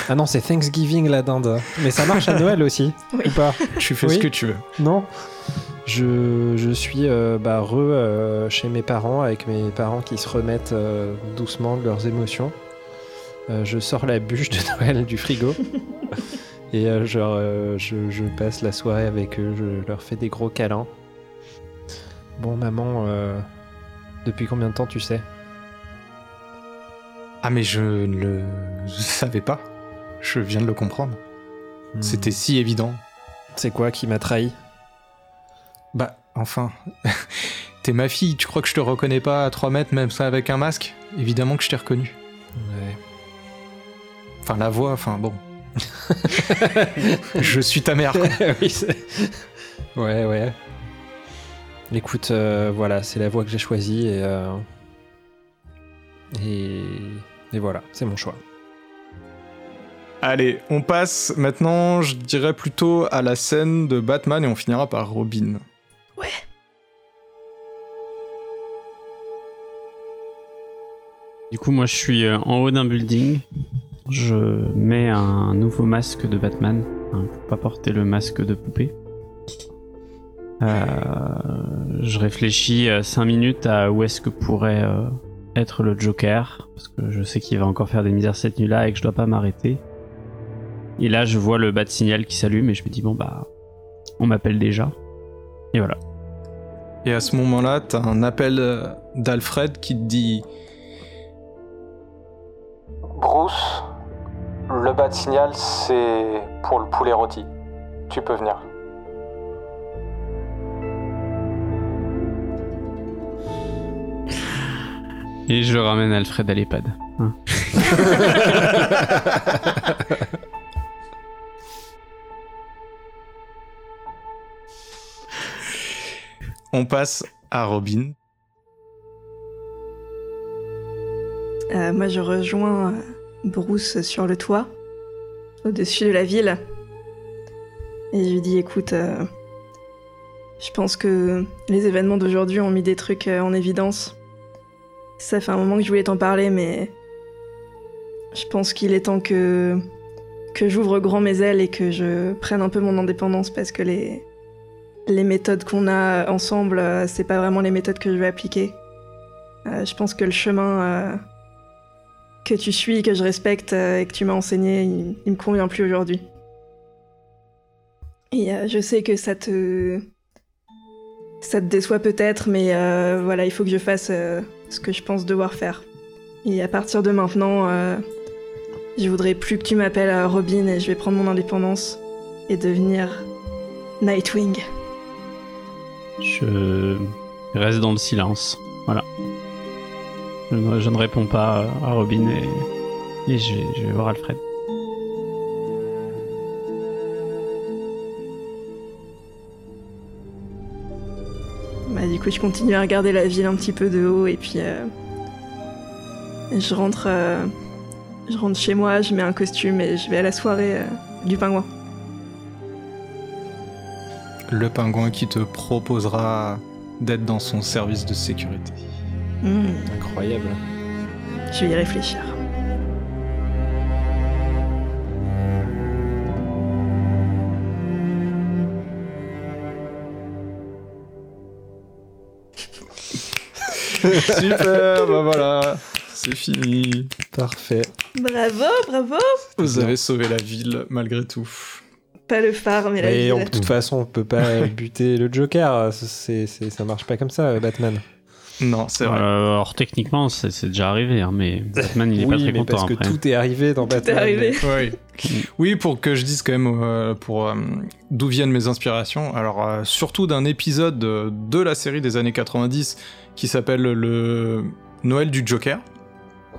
Speaker 8: Ah non, c'est Thanksgiving la dinde. Mais ça marche à Noël aussi,
Speaker 4: Oui.
Speaker 8: ou pas
Speaker 1: Tu fais
Speaker 8: Oui.
Speaker 1: ce que tu veux.
Speaker 8: Non je, je suis euh, bah, re euh, chez mes parents, avec mes parents qui se remettent euh, doucement de leurs émotions. Euh, je sors la bûche de Noël du frigo. Et euh, genre, euh, je, je passe la soirée avec eux, je leur fais des gros câlins. Bon, maman, euh, depuis combien de temps tu sais
Speaker 1: Ah mais je ne le savais pas. Je viens de le comprendre. C'était si évident.
Speaker 8: C'est quoi qui m'a trahi
Speaker 1: Bah enfin, t'es ma fille, tu crois que je te reconnais pas à 3 mètres même ça avec un masque Évidemment que je t'ai reconnu.
Speaker 8: Ouais.
Speaker 1: Enfin, la voix, enfin bon. je suis ta mère. quoi.
Speaker 5: Oui, c'est- ouais, ouais. Écoute, euh, voilà, c'est la voie que j'ai choisie et, euh, et et voilà, c'est mon choix.
Speaker 1: Allez, on passe maintenant, je dirais plutôt à la scène de Batman et on finira par Robin.
Speaker 6: Du coup, moi, je suis euh, en haut d'un building. Je mets un nouveau masque de Batman hein, pour pas porter le masque de poupée. Euh, je réfléchis 5 minutes à où est-ce que pourrait euh, être le Joker parce que je sais qu'il va encore faire des misères cette nuit-là et que je dois pas m'arrêter. Et là, je vois le bas de signal qui s'allume et je me dis bon bah, on m'appelle déjà. Et voilà.
Speaker 1: Et à ce moment-là, t'as un appel euh, d'Alfred qui te dit
Speaker 3: Bruce, le bas de signal, c'est pour le poulet rôti. Tu peux venir.
Speaker 6: Et je ramène Alfred à l'EHPAD. hein.
Speaker 1: On passe à Robin.
Speaker 8: Euh, moi, je rejoins euh, Bruce sur le toit, au-dessus de la ville. Et je lui dis écoute, euh, je pense que les événements d'aujourd'hui ont mis des trucs euh, en évidence. Ça fait un moment que je voulais t'en parler, mais je pense qu'il est temps que, que j'ouvre grand mes ailes et que je prenne un peu mon indépendance parce que les, les méthodes qu'on a ensemble, euh, c'est pas vraiment les méthodes que je vais appliquer. Euh, je pense que le chemin. euh, que tu suis, que je respecte euh, et que tu m'as enseigné, il, il me convient plus aujourd'hui. Et euh, je sais que ça te. Ça te déçoit peut-être, mais euh, voilà, il faut que je fasse euh, ce que je pense devoir faire. Et à partir de maintenant, euh, je voudrais plus que tu m'appelles euh, Robin et je vais prendre mon indépendance et devenir Nightwing.
Speaker 6: Je reste dans le silence. Voilà. Je ne, je ne réponds pas euh, à Robin et, et je, vais- je vais voir Alfred.
Speaker 8: Bah, du coup, je continue à regarder la ville un petit peu de haut et puis euh, je rentre, euh, je rentre chez moi, je mets un costume et je vais à la soirée euh, du pingouin.
Speaker 1: Le pingouin qui te proposera d'être dans son service de sécurité.
Speaker 8: Hmm,
Speaker 5: Incroyable.
Speaker 8: je vais y réfléchir.
Speaker 1: Super, bah voilà, c'est fini.
Speaker 5: Parfait.
Speaker 8: Bravo, bravo.
Speaker 1: Vous avez sauvé la ville malgré tout.
Speaker 8: Pas le phare, mais la
Speaker 5: Mais
Speaker 8: ville.
Speaker 5: on- de toute façon, on peut pas buter le Joker. C'est, c'est- ça marche pas comme ça, euh, Batman.
Speaker 1: Non, c'est vrai.
Speaker 6: Euh, alors techniquement, c'est c'est déjà arrivé, hein, mais Batman il est
Speaker 5: oui,
Speaker 6: pas très
Speaker 5: mais
Speaker 6: content
Speaker 5: parce que
Speaker 6: après.
Speaker 5: tout est arrivé dans Batman.
Speaker 8: arrivé.
Speaker 1: Oui. oui, pour que je dise quand même euh, pour euh, d'où viennent mes inspirations. Alors euh, surtout d'un épisode euh, de la série des années 90 qui s'appelle le Noël du Joker.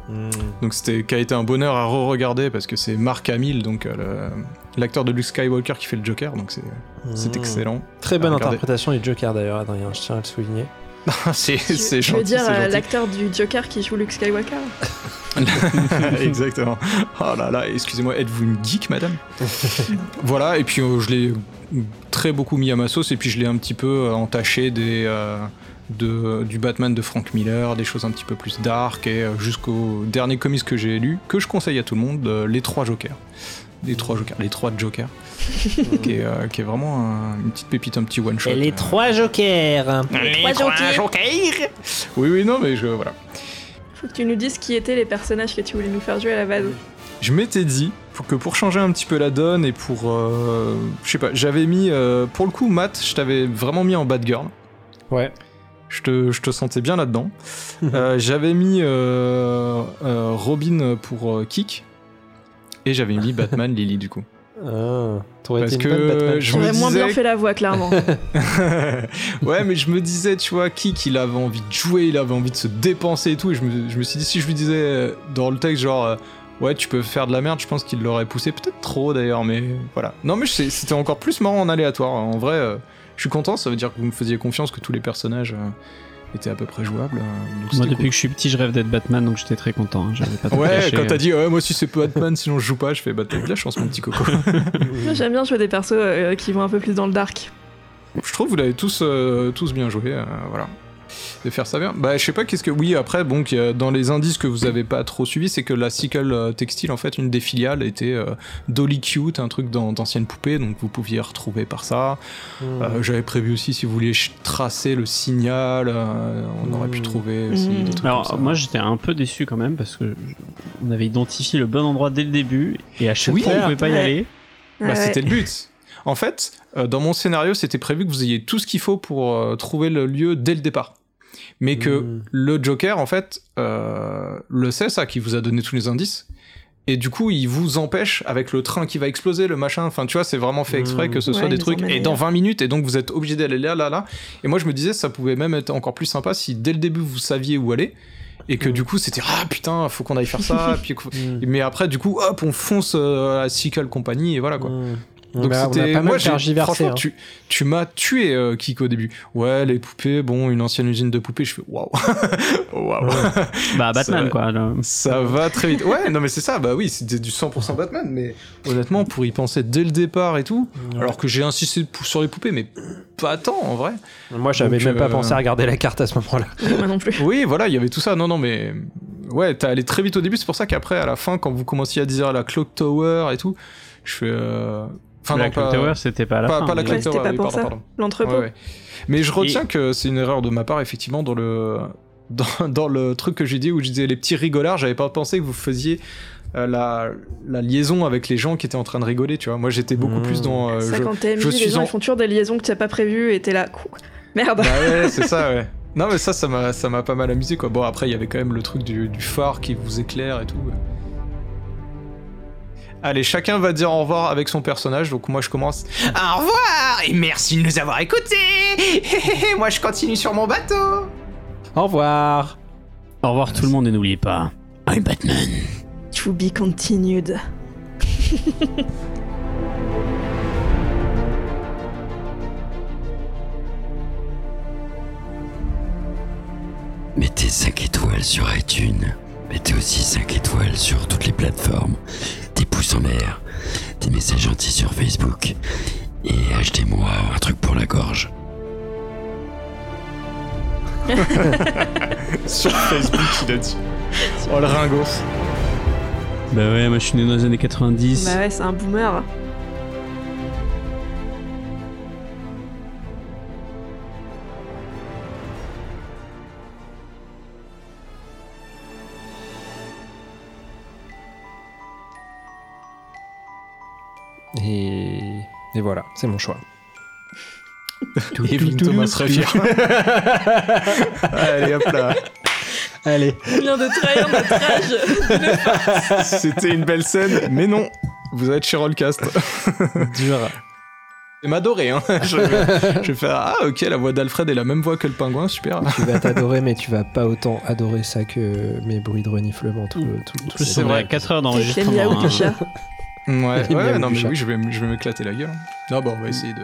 Speaker 5: Hmm.
Speaker 1: Donc c'était qui a été un bonheur à re-regarder parce que c'est Mark Hamill, donc euh, le- l'acteur de Luke Skywalker qui fait le Joker, donc c'est c'est
Speaker 5: Hmm.
Speaker 1: excellent.
Speaker 5: Très
Speaker 6: Ah,
Speaker 5: bonne
Speaker 1: Regardez.
Speaker 5: interprétation du Joker d'ailleurs, Adrien. Je tiens à le souligner.
Speaker 1: c'est
Speaker 8: Je-
Speaker 1: c'est
Speaker 8: Je veux
Speaker 1: gentil.
Speaker 8: dire,
Speaker 1: c'est
Speaker 8: euh,
Speaker 1: gentil.
Speaker 8: l'acteur du Joker qui joue Luke Skywalker.
Speaker 1: Exactement. Oh là là, excusez-moi, êtes-vous une geek, madame Voilà, et puis euh, je l'ai très beaucoup mis à ma sauce, et puis je l'ai un petit peu euh, entaché des, euh, de, du Batman de Frank Miller, des choses un petit peu plus dark, et euh, jusqu'au dernier comics que j'ai lu, que je conseille à tout le monde, euh, Les Trois Jokers. Les Trois Jokers, Les Trois Jokers, qui, est, euh, qui est vraiment un- une petite pépite, un petit one-shot. euh,
Speaker 5: trois Jokers.
Speaker 8: Trois Jokers.
Speaker 1: Oui, oui, non, mais je, voilà.
Speaker 8: Faut que tu nous dises qui étaient les personnages que tu voulais nous faire jouer à la base.
Speaker 1: Je m'étais dit pour que pour changer un petit peu la donne et pour euh, je sais pas, j'avais mis euh, pour le coup Matt, je t'avais vraiment mis en bad girl.
Speaker 5: Ouais.
Speaker 1: Je te, je te sentais bien là-dedans. Euh, j'avais mis euh, euh, Robin pour euh, Kick et j'avais mis Batman Lily du coup.
Speaker 5: Ah, T'aurais
Speaker 1: Parce
Speaker 5: été une
Speaker 1: que
Speaker 5: bonne Batman.
Speaker 1: je me
Speaker 8: J'aurais moins
Speaker 1: disais
Speaker 8: bien fait la voix, clairement.
Speaker 1: ouais, mais je me disais, tu vois, Kik, il avait envie de jouer, il avait envie de se dépenser et tout. Et je me, je me suis dit, si je lui disais euh, dans le texte, genre, euh, ouais, tu peux faire de la merde, je pense qu'il l'aurait poussé peut-être trop d'ailleurs, mais voilà. Non, mais c'est- c'était encore plus marrant en aléatoire. En vrai, euh, je suis content, ça veut dire que vous me faisiez confiance que tous les personnages euh, étaient à peu près jouables. euh, donc
Speaker 6: Moi,
Speaker 1: c'était
Speaker 6: depuis
Speaker 1: cool.
Speaker 6: que je suis petit, je rêve d'être Batman, donc j'étais très content. hein, J'avais pas trop
Speaker 1: Ouais,
Speaker 6: lâché,
Speaker 1: quand
Speaker 6: euh.
Speaker 1: t'as dit ouais, moi aussi c'est pas Batman, sinon je joue pas, je fais bah t'as eu de la chance, mon petit coco.
Speaker 4: Moi, J'aime bien jouer des persos euh, qui vont un peu plus dans le dark.
Speaker 1: je trouve que vous l'avez tous, euh, tous bien joué, euh, voilà. De faire ça bien. Bah, je sais pas qu'est-ce que. Oui, après, bon, qu'il y a- dans les indices que vous avez pas trop suivi, c'est que la Sickle euh, Textile, en fait, une des filiales était euh, Dolly Cute, un truc d'an- d'ancienne poupée, donc vous pouviez retrouver par ça.
Speaker 5: Hmm. Ah,
Speaker 1: Euh, J'avais prévu aussi si vous vouliez ch- tracer le signal, euh, on aurait pu
Speaker 8: Mm.
Speaker 1: trouver aussi
Speaker 4: Mm.
Speaker 1: des trucs.
Speaker 6: Alors,
Speaker 1: comme ça.
Speaker 6: moi, j'étais un peu déçu quand même parce que je- on avait identifié le bon endroit dès le début et à chaque
Speaker 1: Oui.
Speaker 6: fois, on pouvait pas y
Speaker 4: Ouais.
Speaker 6: aller.
Speaker 1: Bah,
Speaker 4: Ouais.
Speaker 1: C'était le but. En fait, euh, dans mon scénario, c'était prévu que vous ayez tout ce qu'il faut pour euh, trouver le lieu dès le départ. Mais que
Speaker 8: Mm.
Speaker 1: le Joker, en fait, euh, le sait, ça, qui vous a donné tous les indices. Et du coup, il vous empêche avec le train qui va exploser, le machin. Enfin, tu vois, c'est vraiment fait exprès que ce
Speaker 4: Ouais,
Speaker 1: soit
Speaker 4: il
Speaker 1: des
Speaker 4: nous
Speaker 1: trucs.
Speaker 4: emmène
Speaker 1: Et dans
Speaker 4: ailleurs.
Speaker 1: 20 minutes, et donc vous êtes obligé d'aller là, là, là. Et moi, je me disais, ça pouvait même être encore plus sympa si dès le début, vous saviez où aller. Et que du coup, c'était ah putain, faut qu'on aille faire ça. puis que-
Speaker 5: Hmm.
Speaker 8: Mm.
Speaker 1: Mais après, du coup, hop, on fonce euh, à la Sickle Company, et voilà quoi.
Speaker 5: Hmm.
Speaker 8: Mm.
Speaker 1: Donc
Speaker 8: Bah, on a
Speaker 1: c'était
Speaker 8: pas mal
Speaker 1: moi j'ai
Speaker 8: tergiversé,
Speaker 1: franchement
Speaker 8: hein.
Speaker 1: tu, tu m'as tué euh, Kiko au début. Ouais, les poupées, bon, une ancienne usine de poupées, je fais waouh. waouh.
Speaker 6: Bah, Batman,
Speaker 1: Ça-
Speaker 6: quoi. là.
Speaker 1: Ça va très vite. Ouais, non mais c'est ça. Bah oui, c'était du 100% Batman mais honnêtement pour y penser dès le départ et tout, alors que j'ai insisté pou- sur les poupées mais pas tant en vrai.
Speaker 8: Moi, j'avais
Speaker 1: Donc,
Speaker 8: même pas
Speaker 1: euh,
Speaker 8: pensé à regarder la carte à ce moment-là.
Speaker 4: Moi non plus.
Speaker 1: Oui, voilà, il y avait tout ça. Non non mais ouais, t'as allé très vite au début, c'est pour ça qu'après à la fin quand vous commenciez à dire la Clock Tower et tout, je fais euh, enfin
Speaker 6: la
Speaker 1: non,
Speaker 6: Clock
Speaker 1: pas
Speaker 6: Tower, c'était pas à la
Speaker 1: pas,
Speaker 6: fin.
Speaker 1: pas la
Speaker 6: mais-
Speaker 1: Clock
Speaker 4: Ouais, c'était
Speaker 1: Tower,
Speaker 4: pas
Speaker 1: oui,
Speaker 4: pour
Speaker 1: pardon,
Speaker 4: ça.
Speaker 1: pardon.
Speaker 4: L'entrepôt.
Speaker 1: Ouais, ouais. Mais je retiens
Speaker 6: Et-
Speaker 1: que c'est une erreur de ma part, effectivement, dans le, dans, dans le truc que j'ai dit où je disais les petits rigolards, j'avais pas pensé que vous faisiez euh, la, la liaison avec les gens qui étaient en train de rigoler, tu vois. Moi, j'étais beaucoup
Speaker 8: Mmh.
Speaker 1: plus dans. euh,
Speaker 4: Ça,
Speaker 1: je-
Speaker 4: quand t'es
Speaker 1: je
Speaker 4: MJ, les
Speaker 1: suis
Speaker 4: gens
Speaker 1: en-
Speaker 4: ils font toujours des liaisons que t'as pas prévues et t'es là. Quoi Merde.
Speaker 1: Bah ouais, c'est ça, ouais. Non, mais ça, ça m'a ça m'a pas mal amusé, quoi. Bon, après, il y avait quand même le truc du, du phare qui vous éclaire et tout. Allez, chacun va dire au revoir avec son personnage, donc moi je commence.
Speaker 7: Au revoir et merci de nous avoir écoutés. Moi je continue sur mon bateau.
Speaker 8: Au revoir.
Speaker 6: Au revoir tout le monde et n'oubliez pas. I'm Batman.
Speaker 4: To be continued.
Speaker 9: Mettez 5 étoiles sur iTunes. Mettez aussi 5 étoiles sur toutes les plateformes. Des pouces en l'air. Des messages gentils sur Facebook. Et achetez-moi un truc pour la gorge.
Speaker 1: Sur Facebook, il a dit. Oh le ringos.
Speaker 6: Bah ouais, moi je suis né dans les années 90.
Speaker 4: Bah ouais, c'est un boomer.
Speaker 8: Et, et voilà, c'est mon choix.
Speaker 1: Evelyn Thomas Reffier. Allez hop là.
Speaker 8: Allez.
Speaker 4: Combien de trahir notre âge
Speaker 1: C'était une belle scène, mais non, vous êtes chez Rollcast.
Speaker 8: Dur.
Speaker 1: Et m'adorer, hein. Je vais, je vais faire Ah, ok, la voix d'Alfred est la même voix que le pingouin, super.
Speaker 8: Tu vas t'adorer, mais tu vas pas autant adorer ça que mes bruits de reniflement tout le tout. tout
Speaker 6: Tout
Speaker 8: le-
Speaker 1: C'est
Speaker 6: on
Speaker 1: vrai.
Speaker 6: est à 4 heures
Speaker 4: C'est miaou
Speaker 6: d'enregistrement.
Speaker 4: du
Speaker 6: hein.
Speaker 4: chat.
Speaker 1: Ouais,
Speaker 8: Il est bien
Speaker 1: ouais, non,
Speaker 8: plus
Speaker 1: mais
Speaker 8: cher.
Speaker 1: oui, je vais, m- je vais m'éclater la gueule. Non, bon, on va essayer de.